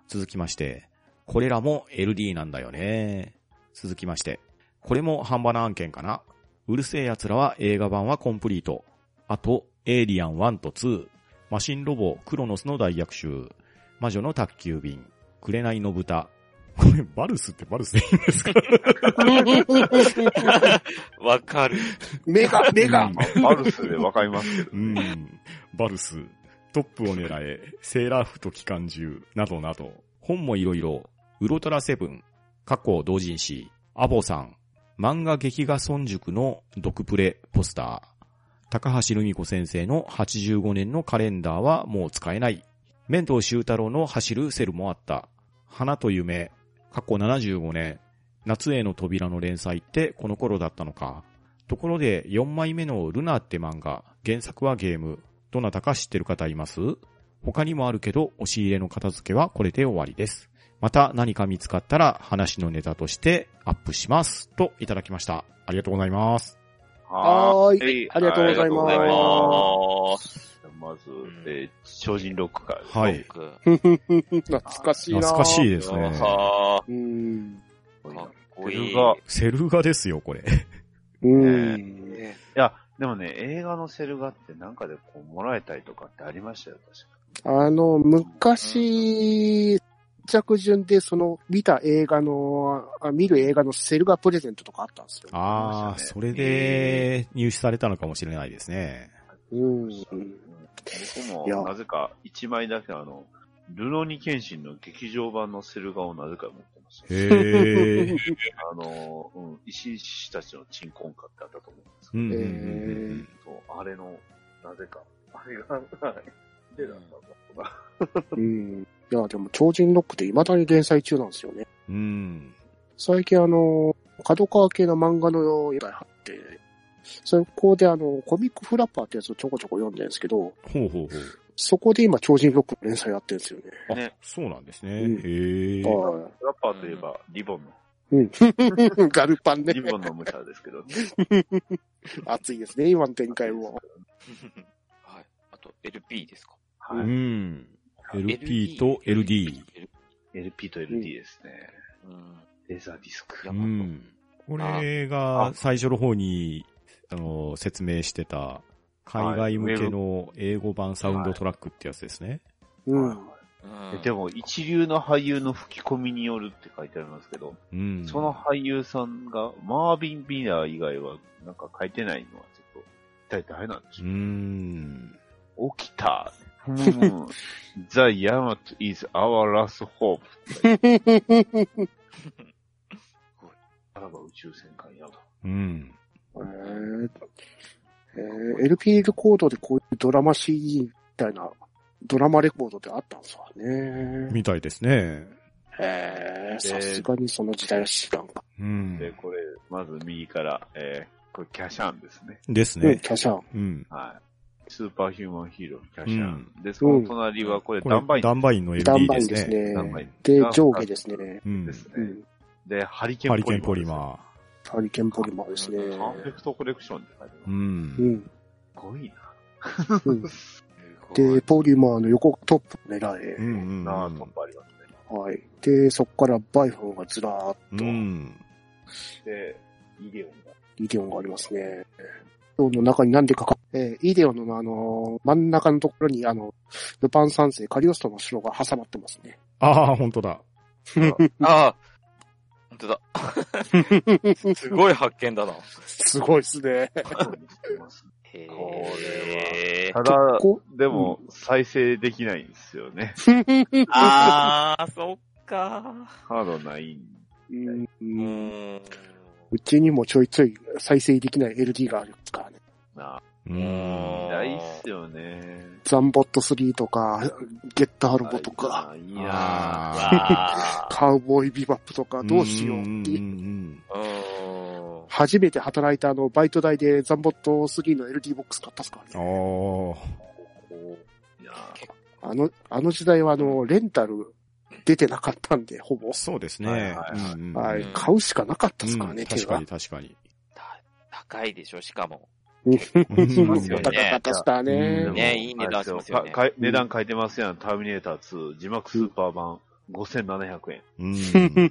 [SPEAKER 5] 続きまして、これらも LD なんだよね。続きまして、これも半端な案件かな。うるせえ奴らは映画版はコンプリート。あと、エイリアン1と2、マシンロボ、クロノスの大逆襲、魔女の宅急便、紅の豚。これ、バルスってバルスでいいんですか
[SPEAKER 3] わかる。
[SPEAKER 4] 目が、目が。
[SPEAKER 2] バルスでわかりますけど。
[SPEAKER 5] うん。バルス、トップを狙え、セーラー服と機関銃、などなど。本もいろいろ、ウロトラセブン、過去同人誌、アボさん、漫画劇画村塾の毒プレポスター、高橋留美子先生の85年のカレンダーはもう使えない、面倒修太郎の走るセルもあった、花と夢、過去75年、夏への扉の連載ってこの頃だったのか。ところで4枚目のルナーって漫画、原作はゲーム、どなたか知ってる方います他にもあるけど、押し入れの片付けはこれで終わりです。また何か見つかったら話のネタとしてアップします。といただきました。ありがとうございます。
[SPEAKER 4] はーい
[SPEAKER 2] い
[SPEAKER 4] ありがとうございます
[SPEAKER 2] ありがとうご
[SPEAKER 3] おー
[SPEAKER 2] ざいますまず、えー超人ロックからです。
[SPEAKER 5] は
[SPEAKER 3] はいい。
[SPEAKER 4] 懐かしいな。
[SPEAKER 5] 懐かしい
[SPEAKER 4] い。
[SPEAKER 5] ですね。
[SPEAKER 3] は
[SPEAKER 4] うん。
[SPEAKER 3] ーかっ
[SPEAKER 2] こ
[SPEAKER 3] こ
[SPEAKER 2] れ
[SPEAKER 3] いい。
[SPEAKER 2] が、
[SPEAKER 5] セルガですよ、これ。
[SPEAKER 4] うん。
[SPEAKER 2] いや、でもね、映画のセルガってなんかでこう、もらえたりとかってありましたよ、確か。
[SPEAKER 4] あの、昔、着順で、その、見た映画の、あ見る映画のセルガプレゼントとかあったんですよ。
[SPEAKER 5] あー、それで入手されたのかもしれないですね。
[SPEAKER 4] うん。
[SPEAKER 2] 僕
[SPEAKER 4] いや
[SPEAKER 2] も、なぜか、一枚だけあの、ルロニケンシンの劇場版のセルガをなぜか持ってました。
[SPEAKER 5] へー。
[SPEAKER 2] あの、うん、石石たちの鎮魂歌ってあったと思うんですけ
[SPEAKER 5] うんうんうんうん
[SPEAKER 4] え
[SPEAKER 2] ど、あれの、なぜか、あれが、はい出たんだろうな。
[SPEAKER 4] うん。いや、でも、超人ロックで未だに連載中なんですよね。
[SPEAKER 5] うんうん。
[SPEAKER 4] 最近、あの、角川系の漫画の絵が入って、そこで、あの、コミックフラッパーってやつをちょこちょこ読んでるんですけど、
[SPEAKER 5] ほうほうほう。
[SPEAKER 4] そこで今、超人ロックの連載やってるんですよね。
[SPEAKER 5] あ、
[SPEAKER 2] ね
[SPEAKER 5] そうなんですね。
[SPEAKER 4] うん
[SPEAKER 5] へえ。
[SPEAKER 4] は
[SPEAKER 2] ラッパーといえば、リボンの、
[SPEAKER 4] い。ガルパン ね
[SPEAKER 2] リ。ボンの無茶ですけど、ね、
[SPEAKER 4] 熱いですね、 今の展開も。
[SPEAKER 3] はい。あと、LP ですか
[SPEAKER 5] う
[SPEAKER 2] はい。
[SPEAKER 5] ん。LP と LD。
[SPEAKER 2] LP と LD ですね。
[SPEAKER 3] うん。
[SPEAKER 2] レーザーディスク
[SPEAKER 3] う。
[SPEAKER 5] うん
[SPEAKER 3] ん。
[SPEAKER 5] これが最初の方に、あの、説明してた、海外向けの英語版サウンドトラックってやつですね。
[SPEAKER 4] うん。
[SPEAKER 3] う
[SPEAKER 2] え
[SPEAKER 3] ん
[SPEAKER 2] で、も、一流の俳優の吹き込みによるって書いてありますけど、
[SPEAKER 5] うん。
[SPEAKER 2] その俳優さんが、マービン・ビーナー以外は、なんか書いてないのは、ちょっと、一体誰なんでし
[SPEAKER 5] う
[SPEAKER 2] ょう、
[SPEAKER 5] ん。
[SPEAKER 2] 起きた。 Hmm. The Yamat is our last hope. さらば宇宙戦艦ヤマト。
[SPEAKER 5] うん。
[SPEAKER 4] えーえー LP レコードでこういうドラマ CD みたいな、ドラマレコードってあったんですかね。
[SPEAKER 5] みたいですね。
[SPEAKER 4] えー、さすがにその時代は知らんか。
[SPEAKER 5] うん。
[SPEAKER 2] で、これ、まず右から、えー、これキャシャンですね。
[SPEAKER 5] です
[SPEAKER 4] うん、
[SPEAKER 5] ね。
[SPEAKER 4] キャシャン。
[SPEAKER 5] うん。
[SPEAKER 2] はい。スーパーヒューマンヒーロー、キャシャン。で、そ
[SPEAKER 4] うん
[SPEAKER 2] の隣は、これ、
[SPEAKER 5] こ
[SPEAKER 2] ダ
[SPEAKER 5] れ
[SPEAKER 2] ンバイン
[SPEAKER 5] ダンバインの
[SPEAKER 4] ダン
[SPEAKER 5] LD
[SPEAKER 4] バ
[SPEAKER 5] で
[SPEAKER 4] イン
[SPEAKER 5] す
[SPEAKER 4] です
[SPEAKER 5] ね。
[SPEAKER 4] ね
[SPEAKER 2] ダンバイン
[SPEAKER 4] で
[SPEAKER 2] が、
[SPEAKER 4] 上下ですね。
[SPEAKER 5] うん
[SPEAKER 2] です
[SPEAKER 4] う
[SPEAKER 2] ね。
[SPEAKER 4] ん。
[SPEAKER 2] で、ハリケ
[SPEAKER 5] ハ
[SPEAKER 2] ーン
[SPEAKER 5] リ
[SPEAKER 2] ポ
[SPEAKER 5] ケー
[SPEAKER 2] リ
[SPEAKER 5] ンポリ
[SPEAKER 2] マー。
[SPEAKER 5] マ
[SPEAKER 4] ハリケーンポリマーですね。
[SPEAKER 2] パーフェクトコレクションって書いてある。
[SPEAKER 5] ー。う。
[SPEAKER 4] うんん。
[SPEAKER 2] すごいな。
[SPEAKER 4] うん
[SPEAKER 2] すご
[SPEAKER 4] で、
[SPEAKER 2] い
[SPEAKER 4] ポリマーの横トップを狙え。
[SPEAKER 5] うんうん
[SPEAKER 2] なあ、トップありますね。
[SPEAKER 4] はい。で、そこからバイフォンがずらーっ
[SPEAKER 5] う
[SPEAKER 4] と、
[SPEAKER 5] ん。
[SPEAKER 2] で、イデオンが。
[SPEAKER 4] イデオンがありますね。イデオンの中に何でかか、えーイデオンのあのー、真ん中のところに、あの、ルパン三世、カリオストの城が挟まってますね。
[SPEAKER 5] ああ、本当だ。
[SPEAKER 3] ああ、本 当だ。すごい発見だな。
[SPEAKER 4] すごいですね。
[SPEAKER 3] へ
[SPEAKER 2] こ
[SPEAKER 3] え。
[SPEAKER 2] ただ
[SPEAKER 4] こ、
[SPEAKER 2] でも、再生できないんですよね。
[SPEAKER 3] ああ、そっか。
[SPEAKER 2] カードないん
[SPEAKER 4] うん
[SPEAKER 3] う
[SPEAKER 4] うん
[SPEAKER 3] ーん。
[SPEAKER 4] うちにもちょいちょい再生できない LD があるからね。
[SPEAKER 2] な。
[SPEAKER 5] う
[SPEAKER 3] うん
[SPEAKER 5] ん。
[SPEAKER 2] ないっすよね。
[SPEAKER 4] ザンボット3とか、ゲッタハルボとか。
[SPEAKER 2] あ。いいな
[SPEAKER 5] ああ。
[SPEAKER 3] わあ。
[SPEAKER 4] カウボーイビバップとかどうしようっていう
[SPEAKER 5] うんうん
[SPEAKER 3] うーん。。
[SPEAKER 4] 初めて働いたあの、バイト代でザンボット3の LD ボックス買ったっすから
[SPEAKER 5] うん
[SPEAKER 4] ね。
[SPEAKER 5] うん。あ
[SPEAKER 2] いいな
[SPEAKER 4] あの、あの時代はあの、レンタル出てなかったんで、ほぼ
[SPEAKER 5] あ。。そうです
[SPEAKER 2] はい
[SPEAKER 5] ね
[SPEAKER 2] はいはい。
[SPEAKER 4] はいう
[SPEAKER 3] ん
[SPEAKER 4] 買うしかなかったっ
[SPEAKER 5] う
[SPEAKER 4] す
[SPEAKER 5] ん
[SPEAKER 4] からね、手
[SPEAKER 5] 確か
[SPEAKER 4] が
[SPEAKER 5] に。確かに。
[SPEAKER 3] た高いでしょ、しかも。
[SPEAKER 5] う
[SPEAKER 4] う
[SPEAKER 5] ん
[SPEAKER 4] ん
[SPEAKER 2] す
[SPEAKER 4] 高
[SPEAKER 2] よ
[SPEAKER 4] かったっすから
[SPEAKER 5] う
[SPEAKER 4] ね
[SPEAKER 5] ん。
[SPEAKER 3] ねいい値段しますよね
[SPEAKER 2] かか値段変えてますやん。ターミネーター2、字幕スーパー版、5700円。
[SPEAKER 5] うん。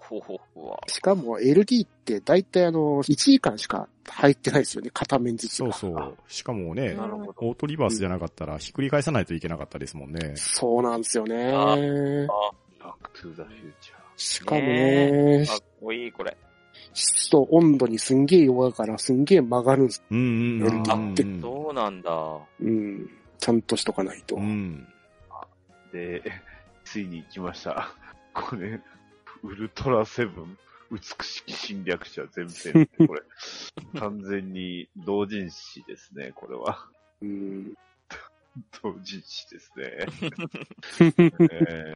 [SPEAKER 3] ほうほうほううわ。
[SPEAKER 4] しかも LD って大体あの、1時間しか入ってないですよね、片面ずつ
[SPEAKER 5] そう
[SPEAKER 4] が。
[SPEAKER 5] そう。しかもね、
[SPEAKER 2] なるほど。
[SPEAKER 5] オートリバースじゃなかったらひっくり返さないといけなかったですもんね。
[SPEAKER 4] そうなんですよ
[SPEAKER 3] あ
[SPEAKER 4] ね。
[SPEAKER 2] バックトゥーザフューチ
[SPEAKER 4] しかも
[SPEAKER 3] ね
[SPEAKER 4] ね、
[SPEAKER 3] かっこいい、これ。
[SPEAKER 4] 湿度、温度にすんげえ弱いからすんげえ曲がるんです。
[SPEAKER 5] うんうんうん。
[SPEAKER 4] あ
[SPEAKER 5] うん
[SPEAKER 3] そうなんだ。
[SPEAKER 4] うん。ちゃんとしとかないと。
[SPEAKER 5] うん。
[SPEAKER 2] ャー。で、 ついに来ました。これ、ウルトラセブン、美しき侵略者全編。これ、完全に同人誌ですね、これは。
[SPEAKER 4] うん。
[SPEAKER 2] 同人誌ですね。えー、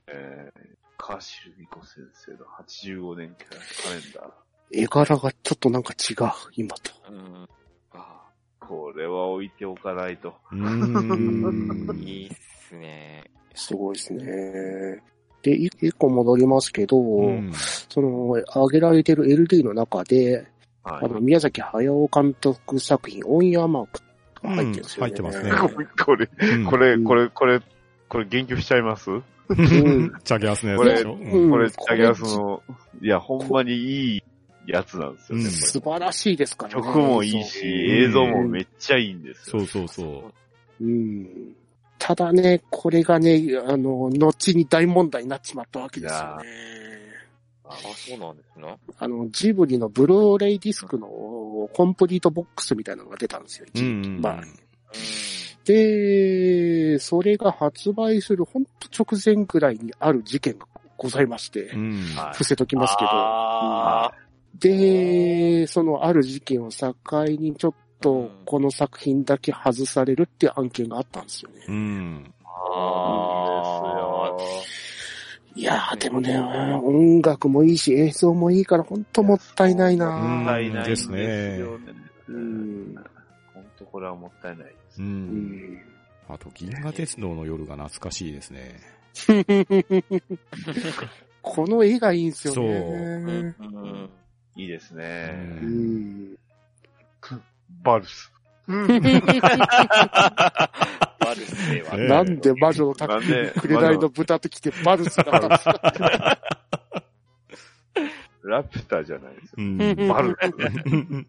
[SPEAKER 2] 川尻美子先生の85年カレンダー。
[SPEAKER 4] 絵柄がちょっとなんか違う、今と。
[SPEAKER 3] うん。
[SPEAKER 2] ああこれは置いておかないと。
[SPEAKER 5] うん。
[SPEAKER 3] いいっすね。
[SPEAKER 4] すごいですね。で、い一個戻りますけど、
[SPEAKER 5] うん
[SPEAKER 4] その、挙げられてる LD の中で、
[SPEAKER 2] は
[SPEAKER 4] あの、宮崎駿監督作品、オンヤーマークが入ってるんですよね。
[SPEAKER 5] うん入ってますね
[SPEAKER 2] い。これ、これ、これ、これ、これ、言及しちゃいます、
[SPEAKER 5] うん。チャゲアスのやつでしょ
[SPEAKER 4] これ
[SPEAKER 5] うん
[SPEAKER 4] うん
[SPEAKER 2] これ、タゲアスの、いや、ほんまにいいやつなんですよね、
[SPEAKER 5] うん
[SPEAKER 4] 素
[SPEAKER 2] こ
[SPEAKER 4] 晴らしいですから
[SPEAKER 2] れ。曲もいいし、映像もめっちゃいいんです
[SPEAKER 5] そ
[SPEAKER 2] よ。
[SPEAKER 5] うそうそう。
[SPEAKER 4] うん。ただね、これがね、あの、後に大問題になっちまったわけですよね。
[SPEAKER 3] あ、そうなんですね。
[SPEAKER 4] あの、ジブリのブルーレイディスクのコンプリートボックスみたいなのが出たんですよ、一時期
[SPEAKER 5] うんうん
[SPEAKER 4] まあ、で、それが発売するほんと直前くらいにある事件がございまして、
[SPEAKER 5] うん。
[SPEAKER 2] はい
[SPEAKER 4] 伏せときますけど。
[SPEAKER 3] あ
[SPEAKER 4] で、そのある事件を境にちょっ
[SPEAKER 3] う
[SPEAKER 4] と
[SPEAKER 3] ん
[SPEAKER 4] この作品だけ外されるっていう案件があったんですよね。
[SPEAKER 5] う
[SPEAKER 3] あ
[SPEAKER 5] ん。
[SPEAKER 2] いいですよ。
[SPEAKER 4] いやー、でもね、音楽もいいし映像もいいからほんともったいない
[SPEAKER 2] もっ
[SPEAKER 4] な
[SPEAKER 2] た
[SPEAKER 4] ー
[SPEAKER 2] いないんですよね。
[SPEAKER 4] うん。
[SPEAKER 2] ほんとこれはもったいないです
[SPEAKER 5] う。。
[SPEAKER 4] うんん。
[SPEAKER 5] あと、銀河鉄道の夜が懐かしいですね。
[SPEAKER 4] この絵がいいんですよ
[SPEAKER 3] ー
[SPEAKER 4] ね。
[SPEAKER 3] うん。
[SPEAKER 2] いいです
[SPEAKER 5] う。
[SPEAKER 2] ね。
[SPEAKER 4] うんん。
[SPEAKER 2] バルス。
[SPEAKER 3] バルスでは。
[SPEAKER 5] ねえ
[SPEAKER 4] なんで魔女の
[SPEAKER 2] な
[SPEAKER 4] 宅
[SPEAKER 2] んで、
[SPEAKER 4] 紅の豚と来てバルスだったんですか
[SPEAKER 2] ラピュタじゃないですよ。
[SPEAKER 5] うん。
[SPEAKER 2] バルス。
[SPEAKER 5] うん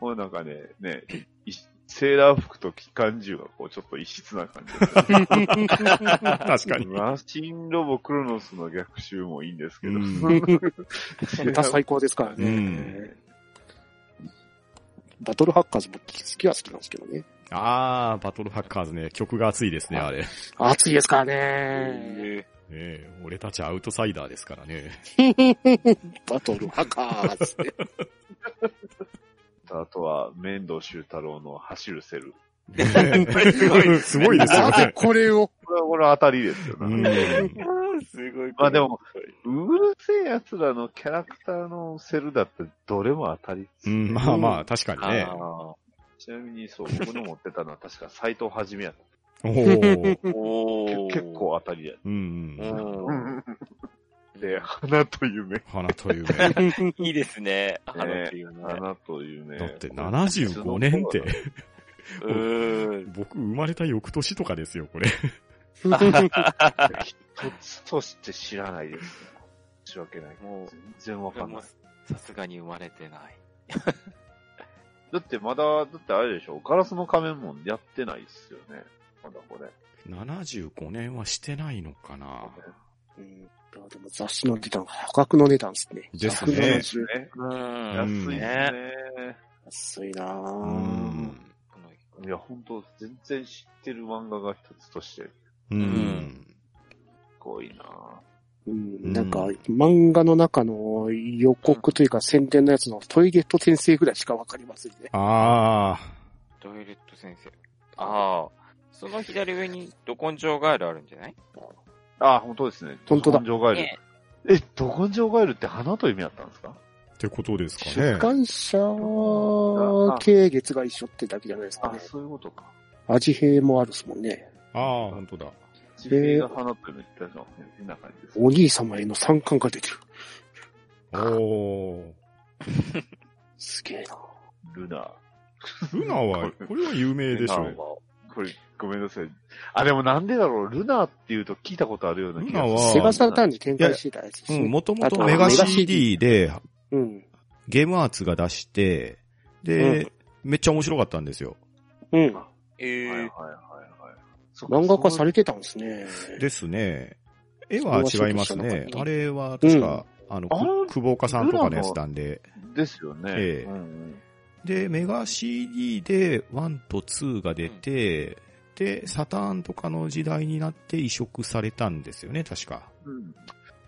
[SPEAKER 2] もうなんかね、ね、いセーラー服と機関銃がこうちょっと異質な感じ、
[SPEAKER 5] 確かに。
[SPEAKER 2] マシンロボクロノスの逆襲もいいんですけど。
[SPEAKER 5] うん
[SPEAKER 4] 歌最高ですからね。
[SPEAKER 5] うん
[SPEAKER 4] バトルハッカーズも好きは好きなんですけどね。
[SPEAKER 5] あー、バトルハッカーズね、曲が熱いですね、あれ。ね
[SPEAKER 4] 暑いですからね。
[SPEAKER 2] え
[SPEAKER 5] え俺たちアウトサイダーですからね。
[SPEAKER 4] バトルハカーズ。
[SPEAKER 2] あとは、面倒修太郎の走るセル。
[SPEAKER 3] これすごい。
[SPEAKER 5] すごいですよ
[SPEAKER 4] なぜ
[SPEAKER 5] ね。
[SPEAKER 4] これを。
[SPEAKER 2] これは、これは当たりですよ
[SPEAKER 5] う
[SPEAKER 2] ね。
[SPEAKER 5] ん。
[SPEAKER 3] す ごい。
[SPEAKER 2] まあでも、うるせえ奴らのキャラクターのセルだって、どれも当たりです
[SPEAKER 5] う
[SPEAKER 2] よね
[SPEAKER 5] ん、まあまあ、確かにね。
[SPEAKER 2] あーちなみに、そう、僕の持ってたのは確か斎藤はじめやった
[SPEAKER 5] おー。
[SPEAKER 3] お
[SPEAKER 2] け
[SPEAKER 3] ー
[SPEAKER 2] 結。構当たりや。
[SPEAKER 5] うん
[SPEAKER 3] う
[SPEAKER 5] うん。
[SPEAKER 3] ん。
[SPEAKER 2] で、花と夢。
[SPEAKER 5] 花というね。
[SPEAKER 3] いいですね。
[SPEAKER 2] え
[SPEAKER 3] あのっていうね。
[SPEAKER 2] 花と夢。
[SPEAKER 5] だって75年って、
[SPEAKER 3] うーん。
[SPEAKER 5] 僕生まれた翌年とかですよ、これ。
[SPEAKER 2] 一つとして知らないです。申し訳ない。
[SPEAKER 3] もう、
[SPEAKER 2] 全然わか
[SPEAKER 3] 俺
[SPEAKER 2] んな
[SPEAKER 3] も
[SPEAKER 2] い。
[SPEAKER 3] さすがに生まれてない。
[SPEAKER 2] だってまだ、だってあれでしょ、ガラスの仮面もやってないっすよね。まだこれ。
[SPEAKER 5] 75年はしてないのかな
[SPEAKER 4] うんでも雑誌の値段、破格の値段ですね。
[SPEAKER 5] です
[SPEAKER 4] 170
[SPEAKER 5] ね。
[SPEAKER 2] ね
[SPEAKER 3] う
[SPEAKER 2] 安
[SPEAKER 3] ん。
[SPEAKER 2] いですね。
[SPEAKER 4] 安いな
[SPEAKER 5] う
[SPEAKER 4] ぁ
[SPEAKER 5] ん。
[SPEAKER 2] いや、本当全然知ってる漫画が一つとして、す
[SPEAKER 5] うん。
[SPEAKER 2] ごいなぁ。
[SPEAKER 4] うんなんか、漫画の中の予告というか宣伝のやつのトイレット先生ぐらいしかわかりませんね。
[SPEAKER 5] あ
[SPEAKER 3] トイレット先生。ああ。その左上にド根性ガエルあるんじゃない
[SPEAKER 2] あ本当ですね。
[SPEAKER 4] 本当だ
[SPEAKER 2] ド根性ガエル。
[SPEAKER 3] ね
[SPEAKER 2] え、ド根性ガエルって花という意味だったんですか
[SPEAKER 5] ー。ってことですか
[SPEAKER 4] 出
[SPEAKER 5] ね。
[SPEAKER 4] 願者系月が一緒ってだけじゃないですか
[SPEAKER 2] あ、
[SPEAKER 4] ね。
[SPEAKER 2] そういうことか。
[SPEAKER 4] 味変もあるっすもんね。
[SPEAKER 5] ああ、本当だ。
[SPEAKER 2] 地平が花というの言ったじゃん。変な感じです。
[SPEAKER 4] お兄様への参観が出てる。
[SPEAKER 5] おー。
[SPEAKER 4] すげえな
[SPEAKER 2] ルナ。
[SPEAKER 5] ルナは、これは有名でし
[SPEAKER 2] ルナ
[SPEAKER 5] ょ。
[SPEAKER 2] はこれ、ごめんなさい。あ、でもなんでだろう。ルナって言うと聞いたことあるような気が
[SPEAKER 5] ルナは
[SPEAKER 4] セガサターンに展開してたやつです
[SPEAKER 5] う
[SPEAKER 4] ね。
[SPEAKER 5] ん、もとも
[SPEAKER 4] あ
[SPEAKER 5] と
[SPEAKER 4] と
[SPEAKER 5] メガ
[SPEAKER 4] メガ
[SPEAKER 5] CD で、
[SPEAKER 4] うん。
[SPEAKER 5] ゲームアーツが出して、で、めっちゃ面白かったんですよ。
[SPEAKER 4] うん。
[SPEAKER 3] え
[SPEAKER 2] はいはいはい
[SPEAKER 3] え。
[SPEAKER 2] はい。そっか
[SPEAKER 4] 漫画化されてたんですね。
[SPEAKER 5] ですね。絵は違いますね。
[SPEAKER 4] そ
[SPEAKER 5] あれは、
[SPEAKER 4] う
[SPEAKER 5] 確
[SPEAKER 4] ん
[SPEAKER 5] か、あの、
[SPEAKER 2] あれ
[SPEAKER 5] く久保岡さんとかのやつなんで。
[SPEAKER 2] そうですよね。
[SPEAKER 5] ええ
[SPEAKER 2] うんうん
[SPEAKER 5] で、メガ CD で1と2が出て、で、サターンとかの時代になって移植されたんですよね、確か。
[SPEAKER 2] うん。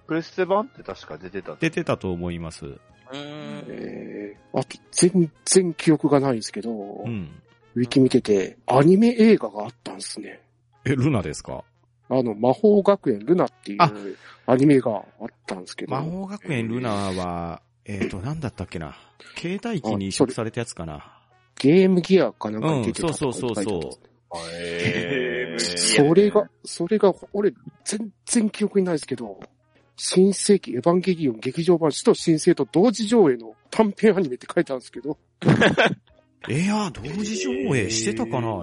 [SPEAKER 2] プレステ版って確か出てた。
[SPEAKER 5] 出てたと思います。
[SPEAKER 3] うーん。
[SPEAKER 4] えー、あと、全然記憶がないんですけど、
[SPEAKER 5] うん。
[SPEAKER 4] ウィキ見てて、アニメ映画があったんですね。
[SPEAKER 5] え、ルナですか
[SPEAKER 4] あの、魔法学園ルナってい
[SPEAKER 5] あ
[SPEAKER 4] うアニメがあったんですけど、
[SPEAKER 5] 魔法学園ルナは、えっ、と、なんだったっけな。携帯機に移植されたやつかな。
[SPEAKER 4] ゲームギアかなんか
[SPEAKER 5] う
[SPEAKER 4] に出
[SPEAKER 5] ん、
[SPEAKER 4] て
[SPEAKER 5] そ
[SPEAKER 4] た
[SPEAKER 5] う
[SPEAKER 4] とか
[SPEAKER 5] そうそ
[SPEAKER 4] 書
[SPEAKER 5] う
[SPEAKER 4] いてあったん
[SPEAKER 5] そ
[SPEAKER 4] ですね
[SPEAKER 2] へー
[SPEAKER 5] う。
[SPEAKER 4] それが、それが、俺、全然記憶にないですけど、新世紀エヴァンゲリオン劇場版死と新生と同時上映の短編アニメって書いてあるんですけど、
[SPEAKER 5] えー、いや、同時上映してたかな。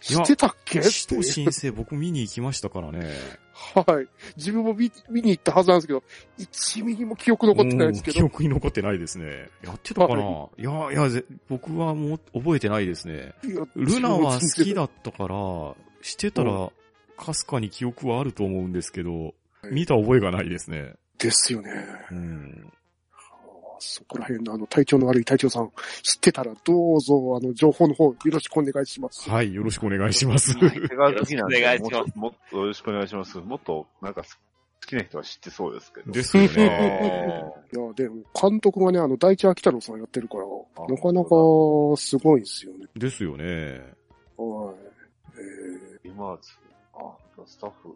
[SPEAKER 4] 知ってたっけって
[SPEAKER 5] 死と申請僕見に行きましたからね。
[SPEAKER 4] はい。自分も見見に行ったはずなんですけど、1ミリも記憶残ってないですけ
[SPEAKER 5] う
[SPEAKER 4] ど
[SPEAKER 5] ん記、憶に残ってないですね。やってたかないや、いや、ぜ僕はもう覚えてないですね。
[SPEAKER 4] いや
[SPEAKER 5] ルナは
[SPEAKER 4] 自分も
[SPEAKER 5] 好き。
[SPEAKER 4] 全然
[SPEAKER 5] だったから、してた
[SPEAKER 4] う
[SPEAKER 5] ら、かすかに記憶はあると思うんですけど、見た覚えがないですね。
[SPEAKER 4] ですよね。
[SPEAKER 5] うん。
[SPEAKER 4] そこら辺のあの体調の悪い隊長さん、知ってたらどうぞ、あの、情報の方よろしくお願いします。
[SPEAKER 5] はい、よろしくお願いします。
[SPEAKER 2] 手が好きなんで
[SPEAKER 3] お願いします
[SPEAKER 2] もっともっとよろしくお願いします。もっと、なんか、好きな人は知ってそうですけど。
[SPEAKER 5] ですよ
[SPEAKER 2] あ
[SPEAKER 5] ね。
[SPEAKER 4] いや、でも、監督がね、あの、大地秋太郎さんやってるから、
[SPEAKER 2] あ
[SPEAKER 4] なかなかすごいんですよね。
[SPEAKER 5] ですよね。
[SPEAKER 2] ー
[SPEAKER 4] はい。
[SPEAKER 2] 今、あ、スタッフ。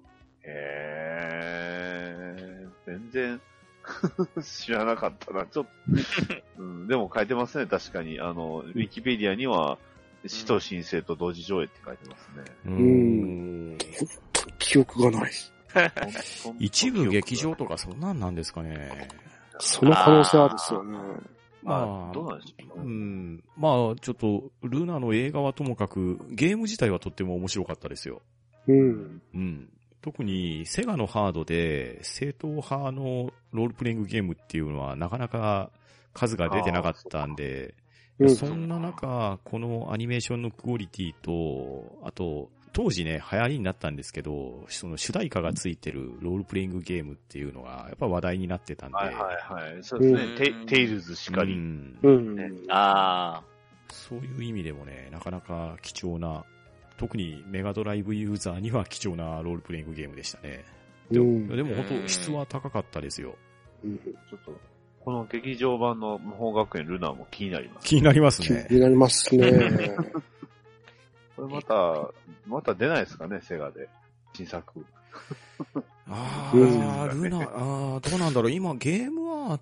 [SPEAKER 2] へえ、全然 知らなかったな。ち ょっと、うん、でも書いてますね、確かに。あの、ウィキペディアには、死と申請と同時上映って書いてます ね。
[SPEAKER 5] う
[SPEAKER 4] う。えー記憶がない。
[SPEAKER 2] ほんと
[SPEAKER 5] 一部劇場とかそんなんなんですかね。
[SPEAKER 4] その可能性あるっすよね。
[SPEAKER 2] まあ、どうなんでしょう
[SPEAKER 5] う
[SPEAKER 2] ね。
[SPEAKER 5] ん。まあ、ちょっと、ルナの映画はともかく、ゲーム自体はとっても面白かったですよ。
[SPEAKER 4] うん。
[SPEAKER 5] うん。特に、セガのハードで、正統派のロールプレイングゲームっていうのは、なかなか数が出てなかったんで、
[SPEAKER 4] うん
[SPEAKER 5] そんな中、このアニメーションのクオリティと、あと、当時ね、流行りになったんですけど、その主題歌がついてるロールプレイングゲームっていうのが、やっぱ話題になってたんで、
[SPEAKER 2] はいはいはい。そうですね。テイテイルズしかり。
[SPEAKER 5] うん
[SPEAKER 4] うん。
[SPEAKER 3] ああ。
[SPEAKER 5] そういう意味でもね、なかなか貴重な、特にメガドライブユーザーには貴重なロールプレイングゲームでしたね。でも、
[SPEAKER 4] うん
[SPEAKER 5] でも本
[SPEAKER 3] うん
[SPEAKER 5] 当質は高かったですよ。
[SPEAKER 4] うん
[SPEAKER 2] ちょっと、この劇場版の魔法学園ルナーも気になります。
[SPEAKER 5] 気になります
[SPEAKER 4] 気
[SPEAKER 5] ね。
[SPEAKER 4] になりますね。
[SPEAKER 2] これまた、また出ないですかね、セガで。新作。
[SPEAKER 5] あ
[SPEAKER 4] うん
[SPEAKER 5] あ、ルナ、ああ、どうなんだろう。今、ゲームアー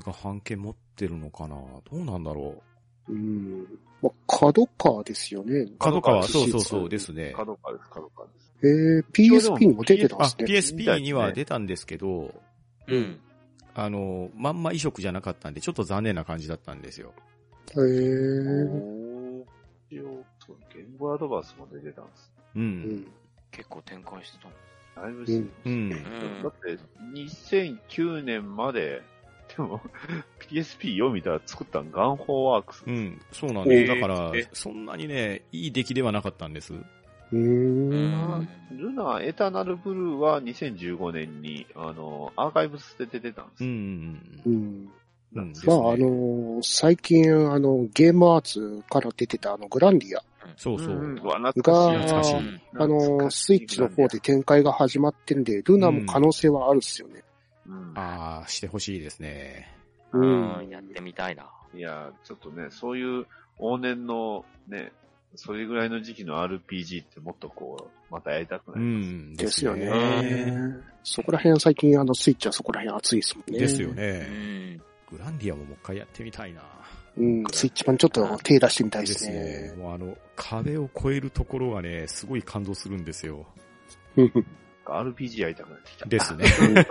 [SPEAKER 5] ツが半径持ってるのかなどうなんだろ
[SPEAKER 4] うん。まあ、角川ですよね。
[SPEAKER 5] う。角川、
[SPEAKER 4] 実
[SPEAKER 5] そう
[SPEAKER 4] 質
[SPEAKER 5] そうそうですね。
[SPEAKER 2] 角川です、角川です。
[SPEAKER 4] えー、PSP にも出てたんで
[SPEAKER 5] あ、
[SPEAKER 4] すね。
[SPEAKER 5] PSP には出たんですけど、
[SPEAKER 3] うん。
[SPEAKER 5] あの、まんま移植じゃなかったんで、ちょっと残念な感じだったんですよ。
[SPEAKER 4] えー、
[SPEAKER 2] おー一応、そうゲームボーイアドバンスも出てたんです。
[SPEAKER 5] う。
[SPEAKER 4] うんん。
[SPEAKER 3] 結構展開してたの。
[SPEAKER 2] だいぶしてる
[SPEAKER 5] うん。
[SPEAKER 3] うん
[SPEAKER 2] だって、2009年まで、でも、PSP4 見たら作ったのガンホーワークス。
[SPEAKER 5] うん。そうなんです。
[SPEAKER 3] えー
[SPEAKER 5] だから
[SPEAKER 3] え、
[SPEAKER 5] そんなにね、いい出来ではなかったんです。
[SPEAKER 4] うーん。
[SPEAKER 2] んルナエタナルブルーは2015年に、あの、アーカイブスで出てたんです。
[SPEAKER 5] うん
[SPEAKER 4] う
[SPEAKER 5] うんうん。
[SPEAKER 4] ん。
[SPEAKER 5] うんです
[SPEAKER 4] ま
[SPEAKER 5] ね
[SPEAKER 4] あ、あのー最近、あの、ゲームアーツから出てたあの、グランディア。
[SPEAKER 5] そうそう。
[SPEAKER 2] んうわ懐
[SPEAKER 4] あ
[SPEAKER 2] かしい。
[SPEAKER 4] ー
[SPEAKER 5] 懐かしい。
[SPEAKER 4] あのースイッチの方で。展開が始まってんで、ルナも可能性はあるっすよね。
[SPEAKER 2] うん
[SPEAKER 5] ああ、してほしいですね。
[SPEAKER 3] うんうん。やってみたいな。
[SPEAKER 2] いや、ちょっとね、そういう往年のね、それぐらいの時期の RPG ってもっとこう、またやりたくな
[SPEAKER 5] う
[SPEAKER 2] い、
[SPEAKER 5] ん。
[SPEAKER 4] ですよね
[SPEAKER 5] ね。
[SPEAKER 4] そこら辺最近、あの、スイッチはそこら辺熱いですもんね。
[SPEAKER 5] ですよ
[SPEAKER 3] う
[SPEAKER 5] ね。
[SPEAKER 3] ん。
[SPEAKER 5] グランディアももう一回やってみたいな。
[SPEAKER 4] うん、スイッチ版ちょっと手出してみたいです
[SPEAKER 5] です
[SPEAKER 4] ね
[SPEAKER 5] ね。。もうあの、壁を越えるところがね、すごい感動するんですよ。
[SPEAKER 2] RPG やりたくなってき た。
[SPEAKER 5] ですね。
[SPEAKER 2] なん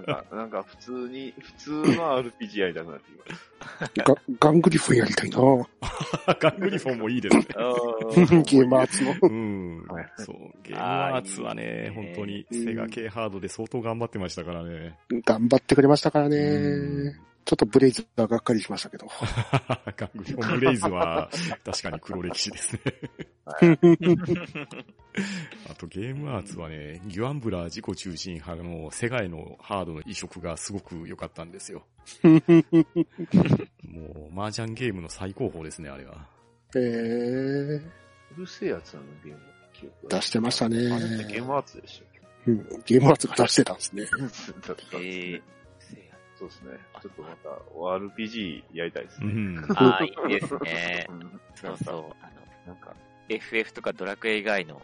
[SPEAKER 2] か、なんか普通に、普通の RPG やりたくなってきまし
[SPEAKER 4] ガガングリフォンやりたい な
[SPEAKER 5] ガングリフォンもい いですね。
[SPEAKER 4] ゲームアーツの。
[SPEAKER 5] うん
[SPEAKER 2] はい。
[SPEAKER 5] そう。ゲームアーツは
[SPEAKER 3] あ
[SPEAKER 5] ね、
[SPEAKER 3] ーいいね
[SPEAKER 5] 本当にセガ系ハードで相当頑張ってましたからね。
[SPEAKER 4] 頑張ってくれましたから
[SPEAKER 5] うん
[SPEAKER 4] ね。ちょっとブレイズががっかりしましたけど。
[SPEAKER 5] ガングリフォンブレイズは確かに黒歴史ですね。あとゲームアーツはね、ギュアンブラー自己中心派の世界のハードの移植がすごく良かったんですよ。もう、麻雀ゲームの最高峰ですね、あれは。
[SPEAKER 4] えー、
[SPEAKER 2] た。うるせえやつなの、ゲームの記憶が
[SPEAKER 4] 出してましたね。
[SPEAKER 2] あれってゲームアーツでし
[SPEAKER 4] うんゲームアーツが出してたんですね。
[SPEAKER 2] ょだったんですね
[SPEAKER 3] えーせや
[SPEAKER 2] そうですね。ちょっとまた RPG やりたいです
[SPEAKER 5] う
[SPEAKER 2] ね。
[SPEAKER 5] ん。
[SPEAKER 3] ああ、いいですね
[SPEAKER 2] う。ん
[SPEAKER 3] そうそう。あの、
[SPEAKER 2] なんか、
[SPEAKER 3] FF とかドラクエ以外の、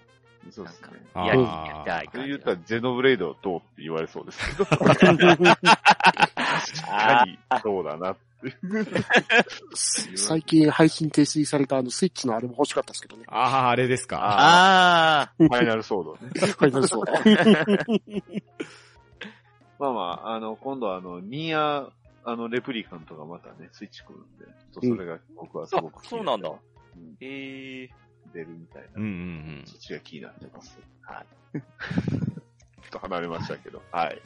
[SPEAKER 2] そうで
[SPEAKER 3] なん
[SPEAKER 2] す
[SPEAKER 3] か
[SPEAKER 2] ね。、
[SPEAKER 5] あー
[SPEAKER 3] やりやりたい
[SPEAKER 2] そ
[SPEAKER 3] 感
[SPEAKER 2] れ
[SPEAKER 3] じ
[SPEAKER 2] 言
[SPEAKER 3] の。
[SPEAKER 2] ったらゼノブレイドどうって言われそうですけ ど、確か
[SPEAKER 3] あ
[SPEAKER 2] にそうだなって。
[SPEAKER 4] 最近配信停止されたあのスイッチのあれも欲しかったですけどね。
[SPEAKER 5] ああ、あれですか。
[SPEAKER 3] あ
[SPEAKER 2] ファイナルソードね。
[SPEAKER 4] ファイナルソード
[SPEAKER 2] まあまあ、あの、今度はあの、ニア、あの、レプリカントがまたね、スイッチ来るんで、ちょっとそれが僕はす
[SPEAKER 3] あ
[SPEAKER 2] ごく、気
[SPEAKER 3] そう
[SPEAKER 2] に
[SPEAKER 3] な
[SPEAKER 2] なんっ
[SPEAKER 3] だ
[SPEAKER 2] て、。
[SPEAKER 3] ええ
[SPEAKER 2] うん出るみたいな。
[SPEAKER 5] うんうんうん。
[SPEAKER 2] そっちが気になってます。
[SPEAKER 3] はい。
[SPEAKER 2] ちょっと離れましたけど。はい。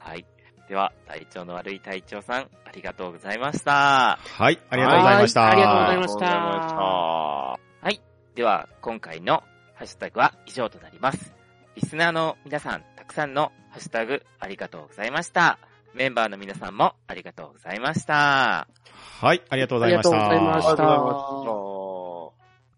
[SPEAKER 3] はい。では、体調の悪い隊長さん、ありがとうございました。
[SPEAKER 5] はい、ありがとうございました。
[SPEAKER 4] はいありがとうございました
[SPEAKER 2] ありがとうございました。
[SPEAKER 3] では、今回のハッシュタグは以上となります。リスナーの皆さん、たくさんのハッシュタグありがとうございました。メンバーの皆さんもありがとうございました。
[SPEAKER 5] はい、ありがとうございました。
[SPEAKER 4] ありがとうございました
[SPEAKER 2] ありがとうご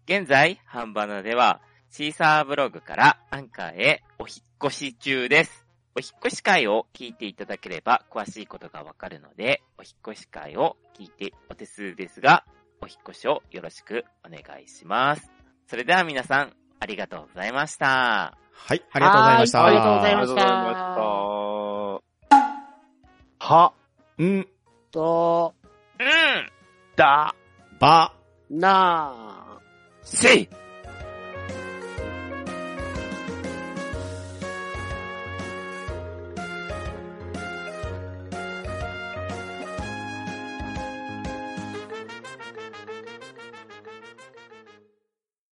[SPEAKER 3] 現在、ハンバナでは、シーサーブログからアンカーへお引っ越し中です。お引っ越し会を聞いていただければ詳しいことがわかるので、お引っ越し会を聞いてお手数ですが、お引っ越しをよろしくお願いします。それでは皆さん、ありがとうございました。
[SPEAKER 5] はい、ありがとうございました。
[SPEAKER 4] はいありがとうござ
[SPEAKER 2] ざ
[SPEAKER 4] い
[SPEAKER 2] い
[SPEAKER 4] ま
[SPEAKER 2] ま
[SPEAKER 4] し
[SPEAKER 2] したた。は、
[SPEAKER 5] うん、
[SPEAKER 4] と、
[SPEAKER 3] うん
[SPEAKER 2] だ、
[SPEAKER 5] ば、
[SPEAKER 4] なあ。
[SPEAKER 3] せい